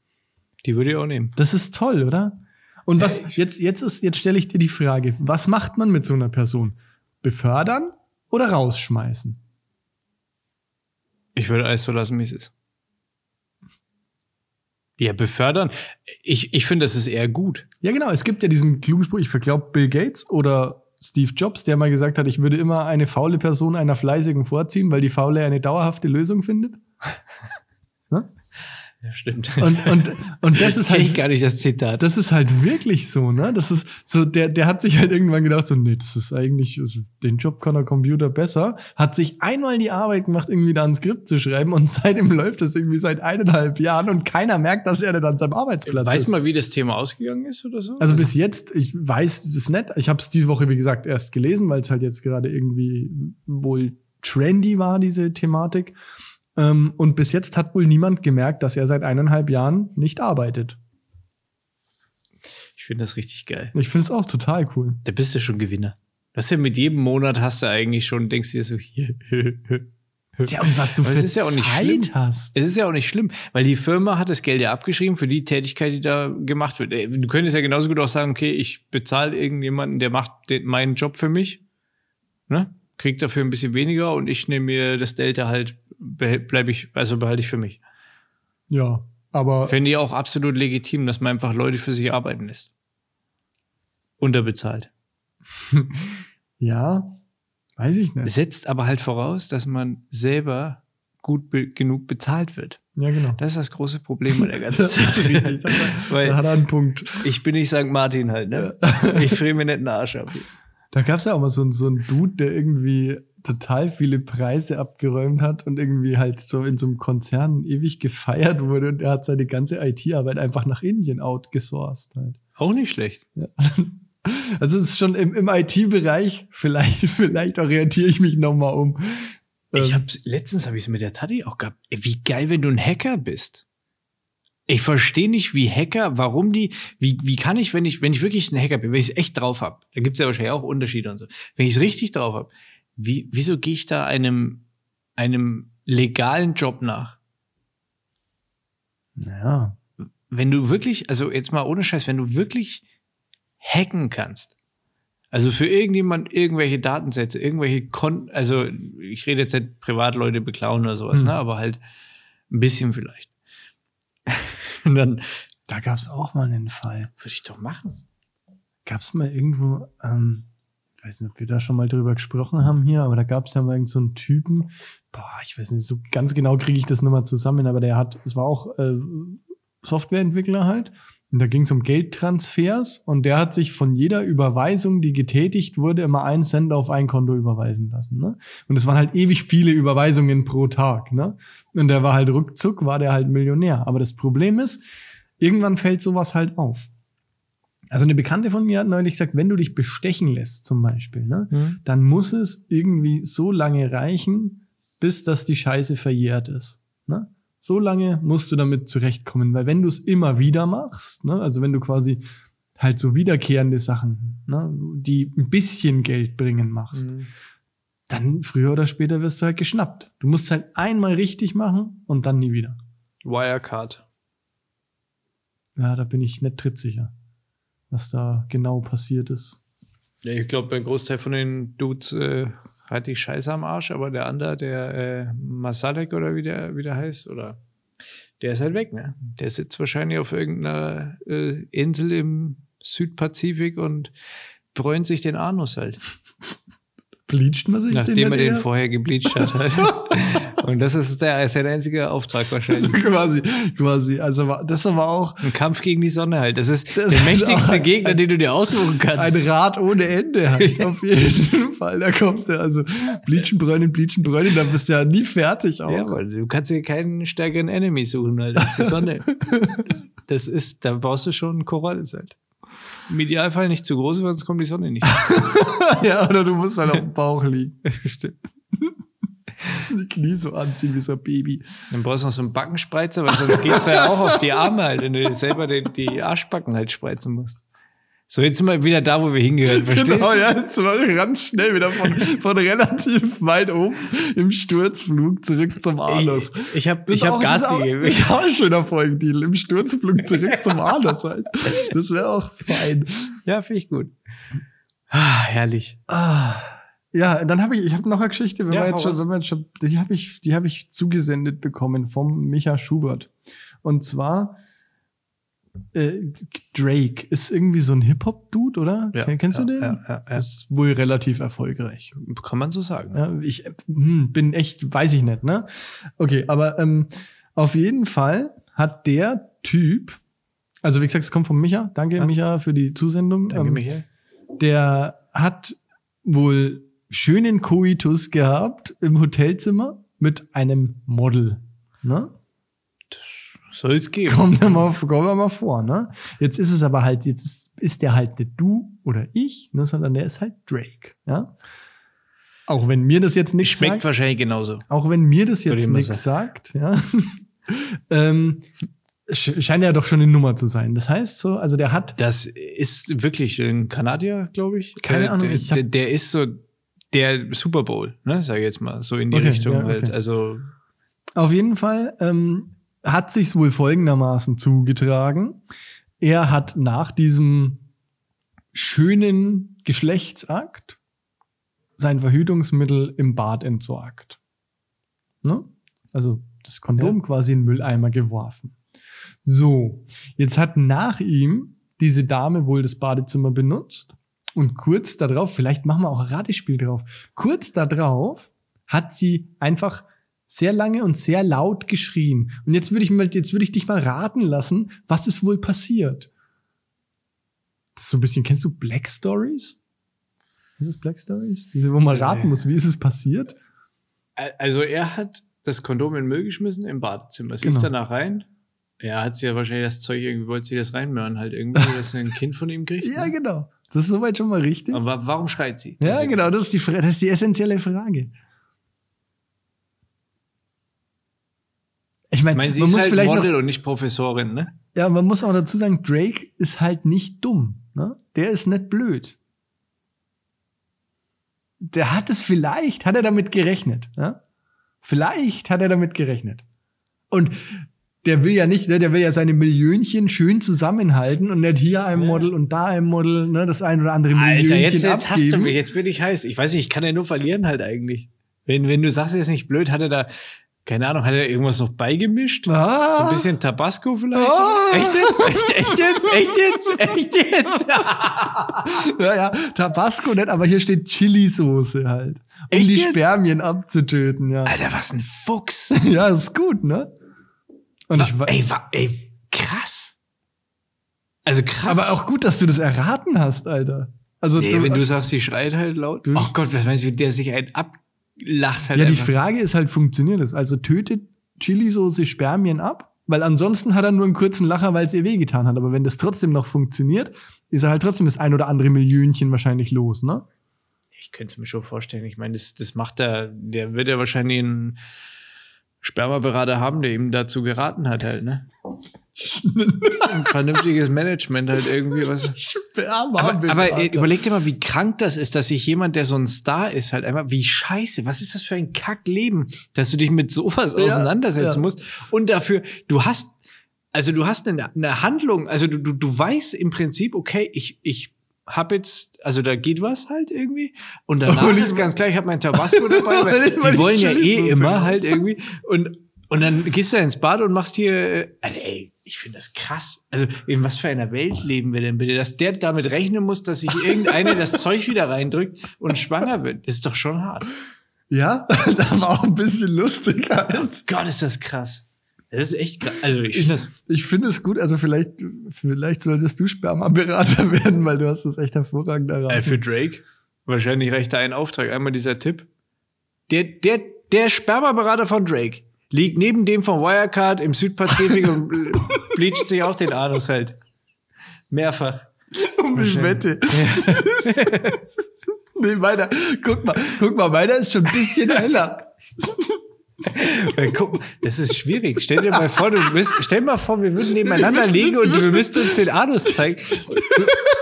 A: Die würde ich auch nehmen.
B: Das ist toll, oder? Und was jetzt jetzt ist jetzt stelle ich dir die Frage, was macht man mit so einer Person? Befördern oder rausschmeißen?
A: Ich würde alles so lassen, wie es ist. Ja, befördern. Ich, ich finde, das ist eher gut.
B: Ja, genau, es gibt ja diesen klugen Spruch, ich glaube Bill Gates oder Steve Jobs, der mal gesagt hat, ich würde immer eine faule Person einer fleißigen vorziehen, weil die faule eine dauerhafte Lösung findet.
A: Ja, stimmt.
B: Und, und, und das ist
A: Kenn ich
B: halt
A: gar nicht das Zitat.
B: das ist halt wirklich so, ne? Das ist so, der, der hat sich halt irgendwann gedacht, so, nee, das ist eigentlich, also, den Job kann der Computer besser. Hat sich einmal die Arbeit gemacht, irgendwie da ein Skript zu schreiben und seitdem läuft das irgendwie seit eineinhalb Jahren und keiner merkt, dass er da an seinem Arbeitsplatz
A: Weiß
B: ist.
A: mal, wie das Thema ausgegangen ist oder so?
B: also bis jetzt, ich weiß das nicht. Ich habe es diese Woche, wie gesagt, erst gelesen, weil es halt jetzt gerade irgendwie wohl trendy war, diese Thematik. Ähm, und bis jetzt hat wohl niemand gemerkt, dass er seit eineinhalb Jahren nicht arbeitet.
A: ich finde das richtig geil.
B: Ich finde es auch total cool.
A: Da bist du schon Gewinner. Du hast ja mit jedem Monat hast du eigentlich schon, denkst dir so, hier.
B: Ja, und was du
A: Aber
B: für
A: es ist ja auch nicht
B: Zeit
A: schlimm.
B: hast.
A: Es ist ja auch nicht schlimm, weil die Firma hat das Geld ja abgeschrieben für die Tätigkeit, die da gemacht wird. Ey, Du könntest ja genauso gut auch sagen, okay, ich bezahle irgendjemanden, der macht den, meinen Job für mich, ne? krieg dafür ein bisschen weniger und ich nehme mir das Delta halt, bleibe ich, also behalte ich für mich.
B: Ja, aber
A: Fände ich auch absolut legitim, dass man einfach Leute für sich arbeiten lässt. Unterbezahlt.
B: ja, weiß ich nicht.
A: Setzt aber halt voraus, dass man selber gut be genug bezahlt wird.
B: Ja, genau.
A: Das ist das große Problem bei der ganzen
B: Das ist richtig.
A: Sache.
B: Da hat er-
A: Weil-
B: da hat er einen Punkt.
A: Ich bin nicht St. Martin halt, ne? Ich friere mir nicht einen Arsch ab.
B: Da gab es ja auch mal so, einen- so einen Dude, der irgendwie total viele Preise abgeräumt hat und irgendwie halt so in so einem Konzern ewig gefeiert wurde und er hat seine ganze IT-Arbeit einfach nach Indien outgesourced halt.
A: Auch nicht schlecht.
B: Also es ist schon im, im IT-Bereich, vielleicht, vielleicht orientiere ich mich nochmal um.
A: Ich
B: Ähm,
A: hab's, letztens habe ich es mit der Tati auch gehabt. Ey, Wie geil, wenn du ein Hacker bist. Ich verstehe nicht, wie Hacker, warum die, wie, wie kann ich, wenn ich, wenn ich wirklich ein Hacker bin, wenn ich es echt drauf habe, da gibt's ja wahrscheinlich auch Unterschiede und so, wenn ich es richtig drauf habe, wie, wieso gehe ich da einem, einem legalen Job nach?
B: naja,
A: wenn du wirklich, also jetzt mal ohne Scheiß, wenn du wirklich hacken kannst, also für irgendjemand irgendwelche Datensätze, irgendwelche Kon also ich rede jetzt nicht Privatleute beklauen oder sowas,
B: Hm.
A: ne, aber halt ein bisschen vielleicht. Und dann würde
B: Da gab es auch mal einen Fall.
A: ich doch machen.
B: Gab es mal irgendwo, ähm, ich weiß nicht, ob wir da schon mal drüber gesprochen haben hier, aber da gab es ja mal irgendeinen so einen Typen, boah, ich weiß nicht, so ganz genau kriege ich das nochmal zusammen, aber der hat, es war auch äh, Softwareentwickler halt. Und da ging es um Geldtransfers und der hat sich von jeder Überweisung, die getätigt wurde, immer einen Cent auf ein Konto überweisen lassen. Ne? Und es waren halt ewig viele Überweisungen pro Tag. Ne? Und der war halt ruckzuck, war der halt Millionär. Aber das Problem ist, irgendwann fällt sowas halt auf. Also eine Bekannte von mir hat neulich gesagt, wenn du dich bestechen lässt zum Beispiel, ne, dann muss es irgendwie so lange reichen, bis das die Scheiße verjährt ist. Ne? So lange musst du damit zurechtkommen, weil wenn du es immer wieder machst, ne, also wenn du quasi halt so wiederkehrende Sachen, ne, die ein bisschen Geld bringen
A: Mhm.
B: machst, dann früher oder später wirst du halt geschnappt. Du musst es halt einmal richtig machen und dann nie wieder.
A: Wirecard.
B: Ja, da bin ich nicht trittsicher, was da genau passiert ist.
A: Ja, ich glaube, der Großteil von den Dudes äh, hat die Scheiße am Arsch, aber der andere, der äh, Masalek oder wie der, wie der heißt, oder der ist halt weg, ne? Der sitzt wahrscheinlich auf irgendeiner äh, Insel im Südpazifik und bräunt sich den Anus halt,
B: Bleacht man sich
A: nachdem er
B: nicht
A: den
B: eher?
A: vorher gebleached hat. Halt. und das ist der, ist ja der einzige Auftrag
B: Also
A: wahrscheinlich.
B: quasi, quasi. Also war- das aber auch
A: Ein Kampf gegen die Sonne halt. Das ist
B: Das
A: der
B: ist
A: mächtigste
B: auch-
A: Gegner, den du dir aussuchen
B: ein
A: kannst.
B: Rad ohne Ende. Halt. Auf jeden Fall. Da kommst du also Bleachen, Bräunen, Bleachen, Bräunen. Da bist du ja nie fertig. Auch.
A: Ja, aber du kannst dir keinen stärkeren Enemy suchen halt, als die Sonne. das ist, da brauchst du schon einen Korallis halt. Im Idealfall nicht zu groß, weil sonst kommt die Sonne nicht.
B: ja, oder du musst halt auf dem Bauch liegen.
A: Stimmt.
B: Die Knie so anziehen wie so ein Baby.
A: Dann brauchst du noch so einen Backenspreizer, weil sonst geht's ja auch auf die Arme halt, wenn du dir selber den, die Arschbacken halt spreizen musst. So, jetzt sind wir wieder da, wo wir hingehört, verstehst
B: Genau,
A: du?
B: ja, jetzt war ich ganz schnell wieder von, von relativ weit oben im Sturzflug zurück zum Anus.
A: Ich, ich habe
B: Ah, Das
A: ich
B: ist
A: hab
B: auch-
A: Gas
B: das ist auch-
A: gegeben.
B: Das ist auch ein schöner Folgentitel. Im Sturzflug zurück zum Anus halt. Das wäre auch fein.
A: Ja, finde ich gut. Ah, herrlich.
B: Ah. Ja, dann habe ich, ich habe noch eine Geschichte, wenn
A: Ja,
B: wir
A: hau
B: jetzt schon,
A: raus.
B: wenn wir jetzt schon, die habe ich, die habe ich zugesendet bekommen vom Micha Schubert. Und zwar äh, Drake ist irgendwie so ein Hip Hop Dude, oder? Ken- Kennst du den?
A: Ja, ja, ja.
B: Ist wohl relativ erfolgreich.
A: Kann man so sagen.
B: Ja, ne? ich äh, hm, bin echt, weiß ich nicht, ne? Okay, aber ähm, auf jeden Fall hat der Typ, also wie gesagt, es kommt von Micha. Danke,
A: Ja.
B: Micha, für die Zusendung.
A: Danke,
B: Ähm,
A: Michael.
B: Der hat wohl schönen Koitus gehabt im Hotelzimmer mit einem Model. Ne?
A: Soll's geben.
B: Kommt da mal, kommt da mal vor, ne? Jetzt ist es aber halt, jetzt ist, ist der halt nicht du oder ich, ne, sondern der ist halt Drake, ja? Auch wenn mir das jetzt nicht
A: Schmeckt
B: sagt,
A: wahrscheinlich genauso.
B: auch wenn mir das jetzt
A: Würde ich mal
B: nichts sagt, ja? ähm, sch- scheint ja doch schon eine Nummer zu sein. Das heißt so, also der hat
A: Das ist wirklich ein Kanadier, glaube ich.
B: Keine
A: der,
B: Ahnung,
A: Der,
B: ich hab-
A: der, der ist so der Super Bowl, ne, sage ich jetzt mal, so in die
B: Okay,
A: Richtung
B: ja, okay.
A: halt. Also
B: Auf jeden Fall ähm, hat sich's wohl folgendermaßen zugetragen. Er hat nach diesem schönen Geschlechtsakt sein Verhütungsmittel im Bad entsorgt. Ne? Also das Kondom quasi in den Mülleimer geworfen. So, jetzt hat nach ihm diese Dame wohl das Badezimmer benutzt und kurz darauf, vielleicht machen wir auch ein Ratespiel drauf, kurz darauf hat sie einfach sehr lange und sehr laut geschrien. Und jetzt würde ich, mal- jetzt würde ich dich mal raten lassen, was ist wohl passiert? Das ist so ein bisschen, kennst du Black Stories? Ist es Black Stories? Diese, wo man raten
A: Nee.
B: muss, wie ist es passiert?
A: Also er hat das Kondom in den Müll geschmissen im Badezimmer. Sie
B: Genau.
A: ist danach rein. Ja, hat sie ja wahrscheinlich das Zeug irgendwie, wollte sie das reinmöhren halt irgendwie, dass sie ein Kind von ihm kriegt.
B: Ja,
A: ne?
B: genau. Das ist soweit schon mal richtig.
A: Aber warum schreit sie? Also, Das
B: ja,
A: ist-
B: genau, das ist, die, Fra- das ist die essentielle Frage. Ich
A: Ich
B: meine,
A: meine, sie
B: man
A: ist
B: muss
A: halt
B: vielleicht noch,
A: Model und nicht Professorin, ne?
B: ja, man muss auch dazu sagen, Drake ist halt nicht dumm. Ne? Der ist nicht blöd. Der hat es vielleicht, hat er damit gerechnet. Ne? Vielleicht hat er damit gerechnet. Und der will ja nicht, ne, der will ja seine Millionchen schön zusammenhalten und nicht hier ein
A: Ja.
B: Model und da ein Model, ne, das ein oder andere
A: Alter,
B: Millionchen
A: jetzt, jetzt hast du
B: abgeben.
A: mich, jetzt bin ich heiß. Ich weiß nicht, ich kann ja nur verlieren halt eigentlich. Wenn, wenn du sagst, er ist nicht blöd, hat er da, keine Ahnung, hat er irgendwas noch beigemischt?
B: Ah,
A: So ein bisschen Tabasco vielleicht?
B: Ah.
A: Echt jetzt? Echt, echt jetzt? Echt jetzt? Echt jetzt?
B: ja, ja, Tabasco nicht, aber hier steht Chili-Soße halt. Um
A: Echt
B: die
A: jetzt?
B: Spermien abzutöten, ja.
A: Alter, was ein Fuchs.
B: Ja, ist gut, ne? Und ich
A: Wa-
B: wa-
A: ey, wa- ey, krass. Also krass.
B: aber auch gut, dass du das erraten hast, Alter. Also
A: nee,
B: du,
A: wenn du sagst, sie schreit halt laut.
B: Du-
A: oh Gott, was meinst du, wie der sich einen ablacht halt
B: ja, die
A: einfach.
B: Frage ist halt, funktioniert das? Also tötet Chili-Soße Spermien ab? Weil ansonsten hat er nur einen kurzen Lacher, weil es ihr wehgetan hat. Aber wenn das trotzdem noch funktioniert, ist er halt trotzdem das ein oder andere Millionchen wahrscheinlich los, ne?
A: Ich könnte es mir schon vorstellen. Ich meine, das, das macht er, der wird ja wahrscheinlich einen Spermaberater haben, der ihm dazu geraten hat halt, ne? Ein vernünftiges Management halt irgendwie was.
B: Sperma.
A: Aber, aber äh,
B: Alter.
A: überleg dir mal, wie krank das ist, dass sich jemand, der so ein Star ist, halt einfach, wie scheiße, was ist das für ein Kackleben, dass du dich mit sowas
B: Ja,
A: auseinandersetzen
B: ja.
A: musst und dafür, du hast, also du hast eine, eine Handlung, also du, du, du weißt im Prinzip, okay, ich, ich hab jetzt, also da geht was halt irgendwie und danach
B: Und ich-
A: ist ganz klar, ich habe mein Tabasco dabei, weil
B: Weil
A: die
B: ich
A: wollen ja eh
B: Chili-Soße
A: immer
B: raus.
A: halt irgendwie und und dann gehst du ins Bad und machst hier, äh, also ey, ich finde das krass. Also in was für einer Welt leben wir denn bitte, dass der damit rechnen muss, dass sich irgendeine das Zeug wieder reindrückt und schwanger wird. Das ist doch schon hart.
B: ja, da war auch ein bisschen lustig halt.
A: Gott, ist das krass. Das ist echt krass. Also ich finde das,
B: Ich finde es gut, also vielleicht, vielleicht solltest du Sperma-Berater werden, weil du hast das echt hervorragend
A: äh,
B: erraten.
A: für Drake wahrscheinlich reicht da ein Auftrag. Einmal dieser Tipp. Der, der, der Spermaberater von Drake liegt neben dem von Wirecard im Südpazifik und bl- bleicht sich auch den Anus halt. Mehrfach.
B: Um die Wette. nee, meiner, guck mal, guck mal, meiner ist schon ein bisschen heller.
A: Weil guck, das ist schwierig. Stell dir mal vor, du bist, stell mal vor, wir würden nebeneinander
B: Wir müssen-
A: liegen und
B: wir
A: du müsstest uns den Anus zeigen. Du-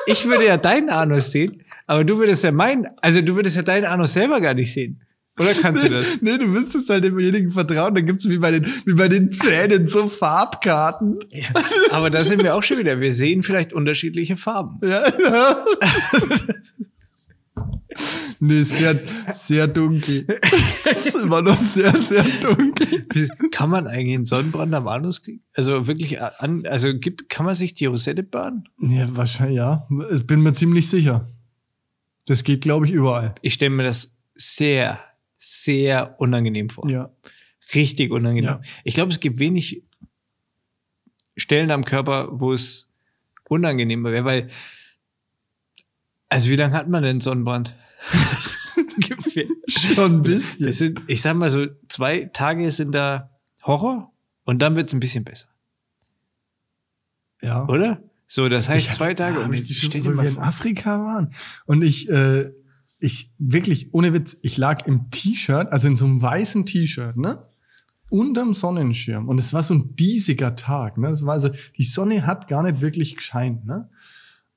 A: Ich würde ja deinen Anus sehen, aber du würdest ja meinen, also du würdest ja deinen Anus selber gar nicht sehen. Oder kannst du das?
B: Nee, du müsstest halt demjenigen vertrauen, dann gibt's wie bei den, wie bei den Zähnen so Farbkarten.
A: Ja. Aber da sind wir auch schon wieder. Wir sehen vielleicht unterschiedliche Farben.
B: Ja, ja. nee, sehr, sehr dunkel. ist immer noch sehr, sehr dunkel.
A: Wie- Kann man eigentlich einen Sonnenbrand am Anus kriegen? Also wirklich an, also gibt, kann man sich die Rosette bahnen?
B: Ja, wahrscheinlich, ja. Ich bin mir ziemlich sicher. Das geht, glaube ich, überall.
A: Ich stelle mir das sehr, sehr unangenehm vor.
B: Ja.
A: Richtig unangenehm.
B: Ja.
A: Ich glaube, es gibt wenig Stellen am Körper, wo es unangenehmer wäre, weil also wie lange hat man denn Sonnenbrand? Ungefähr.
B: Schon ein bisschen.
A: Es sind, ich sag mal so, zwei Tage sind da Horror und dann wird's ein bisschen besser,
B: ja.
A: oder? So, das heißt
B: Ich hab-
A: zwei Tage um
B: Ah,
A: und
B: Mensch,
A: ich stell dir
B: wo
A: mal
B: wir in
A: vor.
B: Afrika waren. Und ich, äh, ich wirklich, ohne Witz, ich lag im T-Shirt, also in so einem weißen T-Shirt, ne? Unterm Sonnenschirm. Und es war so ein diesiger Tag, ne? Es war also, die Sonne hat gar nicht wirklich gescheint, ne?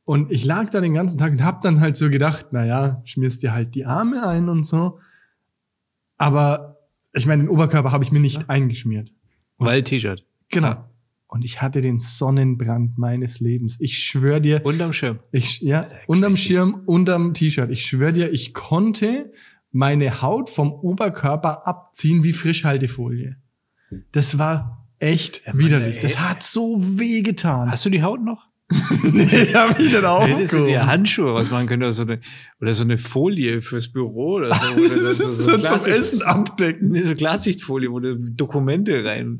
B: Und ich lag da den ganzen Tag und hab dann halt so gedacht, na ja, schmierst dir halt die Arme ein und so. Aber ich meine, den Oberkörper habe ich mir nicht eingeschmiert.
A: Weil T-Shirt.
B: Genau. Und ich hatte den Sonnenbrand meines Lebens. Ich schwöre dir,
A: Unterm Schirm.
B: ich, ja,
A: Leck
B: unterm
A: mich.
B: Schirm, unterm T-Shirt. Ich schwöre dir, ich konnte meine Haut vom Oberkörper abziehen wie Frischhaltefolie. Das war echt
A: Ja, Mann,
B: widerlich.
A: ey.
B: Das hat so weh getan.
A: Hast du die Haut noch?
B: nee, hab ich denn auch
A: Hättest du dir Handschuhe was machen können oder so eine, oder so eine Folie fürs Büro oder so. Oder
B: Das ist so zum
A: Glassicht-
B: Essen abdecken.
A: Nee, so Glassichtfolie, wo du Dokumente rein.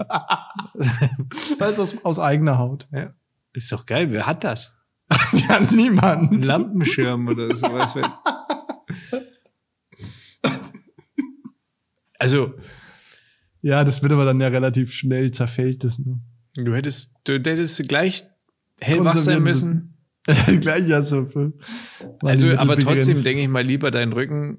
B: Weiß aus, aus eigener Haut. Ja,
A: Ist doch geil, wer hat das? Ein
B: niemand.
A: Lampenschirm oder sowas. also,
B: Ja, das wird aber dann ja relativ schnell zerfällt. Das, ne?
A: du hättest, du hättest gleich hellwach
B: Konservieren
A: sein müssen.
B: Gleich ja so. ne? für- war
A: Also,
B: die
A: aber
B: Mittel
A: trotzdem
B: begrenzt.
A: denke ich mal lieber deinen Rücken.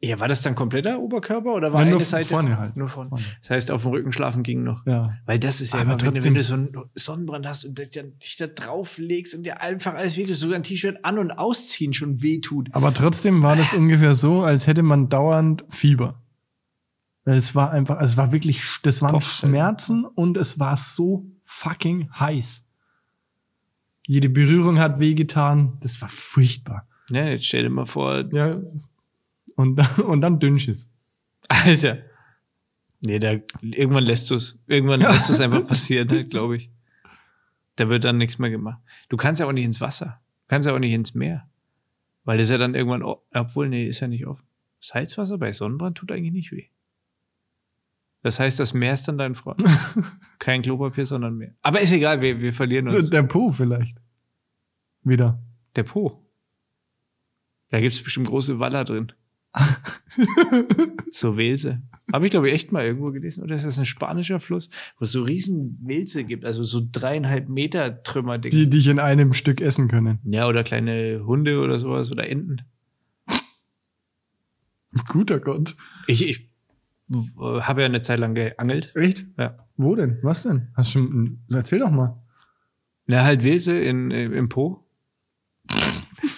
A: Ja, war das dann kompletter Oberkörper oder war
B: Nein,
A: eine
B: nur
A: Seite?
B: vorne halt.
A: Nur vorne.
B: Vorne.
A: Das heißt, auf dem Rücken schlafen ging noch.
B: Ja.
A: Weil das ist ja
B: Aber
A: immer, wenn, du-
B: trotzdem-
A: wenn du so einen Sonnenbrand hast und dann dich da drauf legst und dir einfach alles wehtut, sogar ein T-Shirt an- und ausziehen schon wehtut.
B: Aber trotzdem war das ungefähr so, als hätte man dauernd Fieber. Es war einfach, also es war wirklich, das waren
A: Boah, ey.
B: Schmerzen und es war so fucking heiß. Jede Berührung hat wehgetan. Das war furchtbar.
A: Ja, jetzt stell dir mal vor,
B: Ja. Und, dann- und dann Dünnschiss.
A: Alter. Nee, da, irgendwann lässt du es. Irgendwann lässt du es einfach passieren, halt, glaube ich. Da wird dann nichts mehr gemacht. Du kannst ja auch nicht ins Wasser. Du kannst ja auch nicht ins Meer. Weil das ist ja dann irgendwann, o- obwohl, nee, ist ja nicht offen. Salzwasser bei Sonnenbrand tut eigentlich nicht weh. Das heißt, das Meer ist dann dein Freund. Kein Klopapier, sondern Meer. Aber ist egal, wir, wir verlieren uns.
B: Der Po vielleicht. Wieder.
A: Der Po. Da gibt's bestimmt große Waller drin. so Welse. Habe ich, glaube ich, echt mal irgendwo gelesen. Oder ist das ein spanischer Fluss, wo es so riesen Welse gibt? Also so dreieinhalb Meter Trümmer.
B: Die dich in einem Stück essen können.
A: Ja, oder kleine Hunde oder sowas oder Enten.
B: Guter Gott.
A: Ich, ich w- habe ja eine Zeit lang geangelt.
B: Echt?
A: Ja.
B: Wo denn? Was denn? Hast du schon, hm, erzähl doch mal.
A: Na, halt Welse in, äh, im Po.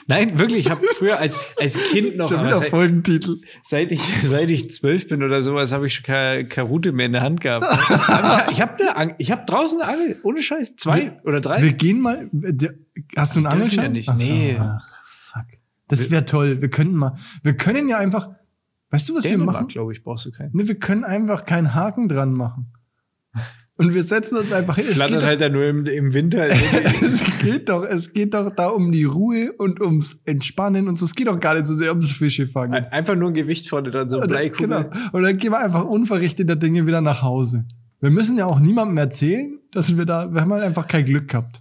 A: Nein, wirklich, ich habe früher als, als Kind noch,
B: Schon
A: aber
B: wieder
A: seit,
B: Folgentitel.
A: seit ich seit ich zwölf bin oder sowas habe ich schon keine keine Rute mehr in der Hand gehabt. Hab ich ich habe eine Ang ich habe draußen eine Angel, ohne Scheiß, zwei oder drei.
B: Wir gehen mal. der- Hast du einen
A: Dürfen
B: Angelschein?
A: wir nicht,
B: Ach so,
A: nee.
B: Ach, fuck. Das wäre toll. Wir könnten mal. Wir können ja einfach. Weißt du, was wir machen?
A: glaube ich, brauchst du keinen.
B: Ne, wir können einfach keinen Haken dran machen. Und wir setzen uns einfach hin. Es geht,
A: Flattert halt dann nur im, im Winter.
B: doch, es geht doch, es geht doch da um die Ruhe und ums Entspannen und so. Es geht doch gar nicht so sehr ums Fische fangen.
A: Einfach nur ein Gewicht vorne, dann so
B: Und dann,
A: Bleikugel.
B: genau. Und dann gehen wir einfach unverrichteter Dinge wieder nach Hause. Wir müssen ja auch niemandem erzählen, dass wir da, wir haben halt einfach kein Glück gehabt.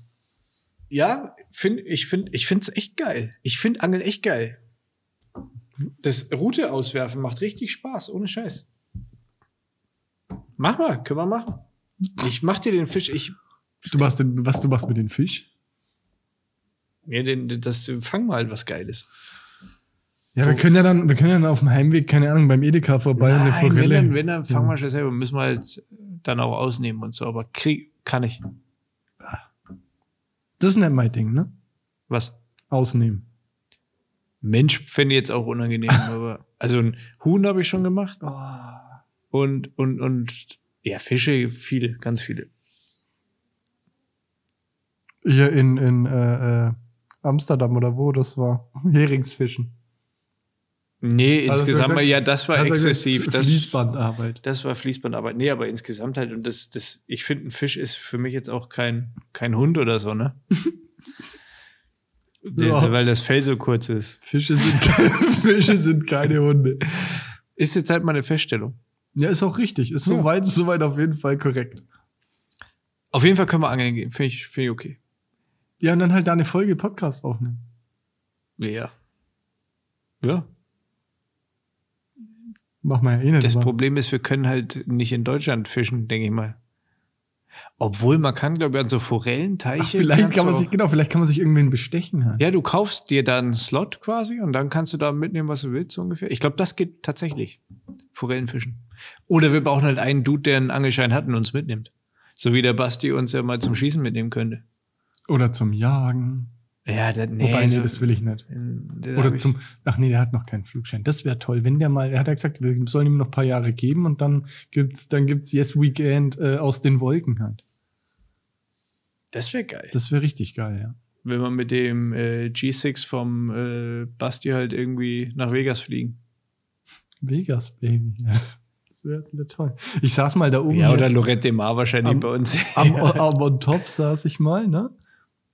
A: Ja, find, ich finde ich find's echt geil. Ich finde Angeln echt geil. Das Rute auswerfen macht richtig Spaß, ohne Scheiß. Mach mal, können wir machen. Ich mach dir den Fisch, ich
B: Du machst den, was du machst mit dem Fisch?
A: mir den das fang mal was geiles.
B: Ja, wir
A: Wo-
B: können ja dann, wir können ja dann auf dem Heimweg, keine Ahnung, beim Edeka vorbei und eine Forelle.
A: wenn dann, wenn dann fangen wir schon selber. Müssen wir halt dann auch ausnehmen und so. Aber krieg, kann ich.
B: das ist nicht mein Ding, ne?
A: Was?
B: Ausnehmen.
A: Mensch, fände ich jetzt auch unangenehm. aber also ein Huhn habe ich schon gemacht und und und ja Fische viele, ganz viele.
B: Hier in, in äh, äh, Amsterdam oder wo das war. Heringsfischen.
A: Nee,
B: Also,
A: insgesamt
B: du hast gesagt,
A: ja, das war
B: Hat er gesagt,
A: exzessiv. Das,
B: Fließbandarbeit.
A: das war Fließbandarbeit. Nee, aber insgesamt halt und das das ich finde ein Fisch ist für mich jetzt auch kein kein Hund oder so ne. Das,
B: Ja.
A: Weil das Fell so kurz ist.
B: Fische sind, keine- Fische sind keine Hunde.
A: Ist jetzt halt mal eine Feststellung.
B: Ja, ist auch richtig. Ist
A: Ja.
B: soweit, soweit auf jeden Fall korrekt.
A: Auf jeden Fall können wir angeln gehen. Finde ich, find ich okay.
B: Ja, und dann halt da eine Folge Podcast aufnehmen.
A: Ja. Ja.
B: Mach mal ja eh nicht.
A: Das
B: aber-
A: Problem ist, wir können halt nicht in Deutschland fischen, denke ich mal. Obwohl man kann, glaube ich, an so Forellenteiche.
B: Ach, vielleicht
A: kannst
B: kann man
A: du
B: sich,
A: auch-
B: genau, vielleicht kann man sich irgendwen bestechen halt.
A: Ja, du kaufst dir dann einen Slot quasi und dann kannst du da mitnehmen, was du willst, so ungefähr. Ich glaube, das geht tatsächlich. Forellenfischen. Oder wir brauchen halt einen Dude, der einen Angelschein hat und uns mitnimmt. So wie der Basti uns ja mal zum Schießen mitnehmen könnte.
B: Oder zum Jagen.
A: Ja, das, nee,
B: Wobei, nee,
A: so- Äh,
B: das will ich nicht.
A: das hab
B: Oder
A: ich-
B: zum, ach nee, der hat noch keinen Flugschein. Das wäre toll, wenn der mal, er hat ja gesagt, wir sollen ihm noch ein paar Jahre geben und dann gibt's, dann gibt's Yes Weekend äh, aus den Wolken halt.
A: Das wäre geil.
B: Das wäre richtig geil, ja.
A: Wenn wir mit dem äh, G6 vom äh, Basti halt irgendwie nach Vegas fliegen.
B: Vegas, Baby. Ja. Das wäre wär toll. Ich saß mal da oben.
A: Ja,
B: Um hier-
A: oder Lorette de Mar wahrscheinlich
B: Am-
A: bei uns.
B: am, am on top saß ich mal, ne?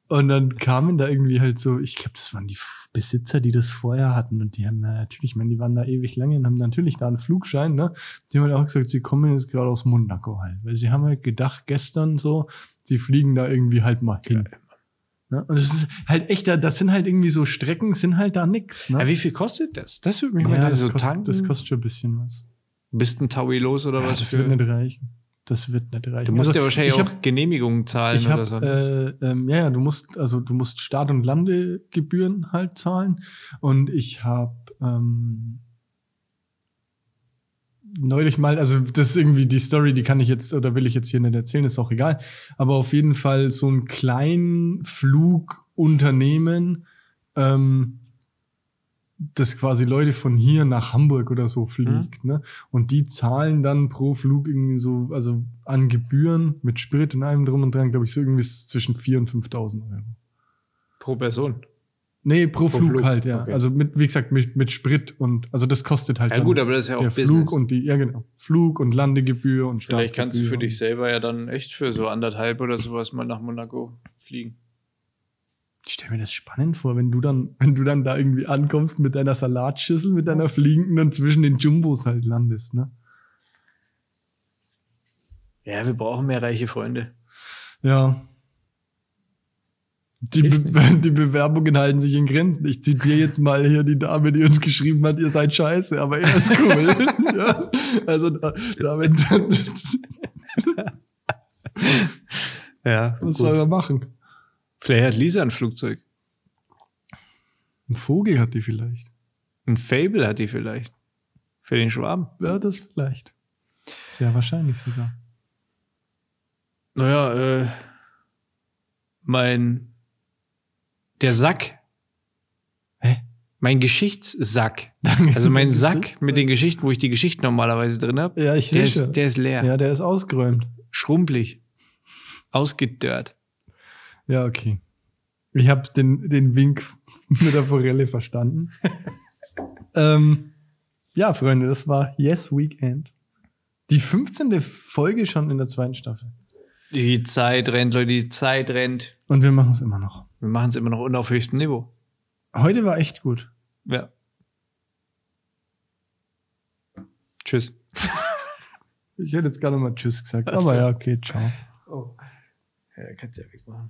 B: Und dann kamen da irgendwie halt so, ich glaube, das waren die F- Besitzer, die das vorher hatten. Und die haben da natürlich, ich meine, die waren da ewig lange und haben natürlich da einen Flugschein, ne? Die haben halt auch gesagt, sie kommen jetzt gerade aus Monaco halt. Weil sie haben halt gedacht, gestern so, sie fliegen da irgendwie halt mal hin. Ne? Und das ist halt echt, da- das sind halt irgendwie so Strecken, sind halt da nix. Ne?
A: Ja, wie viel kostet das? Das würde mich mal
B: ja,
A: mal
B: das,
A: so tanken.
B: kostet, das kostet schon ein bisschen was.
A: Bist ein Taui los oder
B: Ja,
A: was?
B: das
A: für-
B: wird nicht reichen. Das wird nicht reichen.
A: du musst
B: Also,
A: ja wahrscheinlich
B: ich hab-
A: auch Genehmigungen zahlen
B: Ich
A: oder
B: habe
A: so. ne?
B: äh, ähm, ja, ja, du musst also du musst Start- und Landegebühren halt zahlen und ich habe ähm, neulich mal, also das ist irgendwie die Story, die kann ich jetzt oder will ich jetzt hier nicht erzählen, ist auch egal, aber auf jeden Fall so ein kleinen Flugunternehmen, ähm, das quasi Leute von hier nach Hamburg oder so fliegt,
A: Mhm.
B: ne? Und die zahlen dann pro Flug irgendwie so, also an Gebühren mit Sprit und allem drum und dran, glaube ich, so irgendwie zwischen 4.000 und 5.000 Euro.
A: pro Person.
B: Nee, pro, Flug,
A: Flug,
B: halt, ja.
A: okay.
B: Also mit, wie gesagt, mit, mit Sprit und, also das kostet halt
A: Ja
B: dann
A: gut, aber das ist ja auch
B: der
A: Business.
B: Flug und die, ja genau, Flug und Landegebühr und
A: Vielleicht kannst du für
B: Startgebühr
A: dich selber ja dann echt für so anderthalb oder sowas mal nach Monaco fliegen.
B: Ich stell mir das spannend vor, wenn du dann, wenn du dann da irgendwie ankommst mit deiner Salatschüssel, mit deiner fliegenden und zwischen den Jumbos halt landest, ne?
A: Ja, wir brauchen mehr reiche Freunde.
B: Ja. Die,
A: Hilft
B: Be die Bewerbungen halten sich in Grenzen. Ich zitiere jetzt mal hier die Dame, die uns geschrieben hat, ihr seid scheiße, aber er ist cool. ja. Also da, damit,
A: Ja.
B: was soll man machen?
A: Vielleicht hat Lisa ein Flugzeug.
B: Ein Vogel hat die vielleicht.
A: Ein Fable hat die vielleicht. Für den Schwaben.
B: Ja, das vielleicht. Sehr wahrscheinlich sogar.
A: Naja, äh, mein. Der Sack.
B: Hä?
A: Mein Geschichtssack. Also mein Sack mit den Geschichten, wo ich die Geschichten normalerweise drin habe,
B: Ja, ich
A: der
B: sehe
A: ist,
B: schon.
A: der ist leer.
B: Ja, der ist ausgeräumt.
A: Schrumpelig. Ausgedörrt.
B: Ja, okay. Ich habe den, den Wink mit der Forelle verstanden. ähm, ja, Freunde, das war Yes Weekend. Die 15. Folge schon in der zweiten Staffel.
A: Die Zeit rennt, Leute, die Zeit rennt.
B: Und wir machen es immer noch.
A: Wir machen es immer noch und auf höchstem Niveau.
B: Heute war echt gut.
A: Ja. Tschüss.
B: Ich hätte jetzt gar nicht mal Tschüss gesagt.
A: Ach so.
B: Aber ja, okay, ciao.
A: Oh. Ja, kannst du ja wegmachen.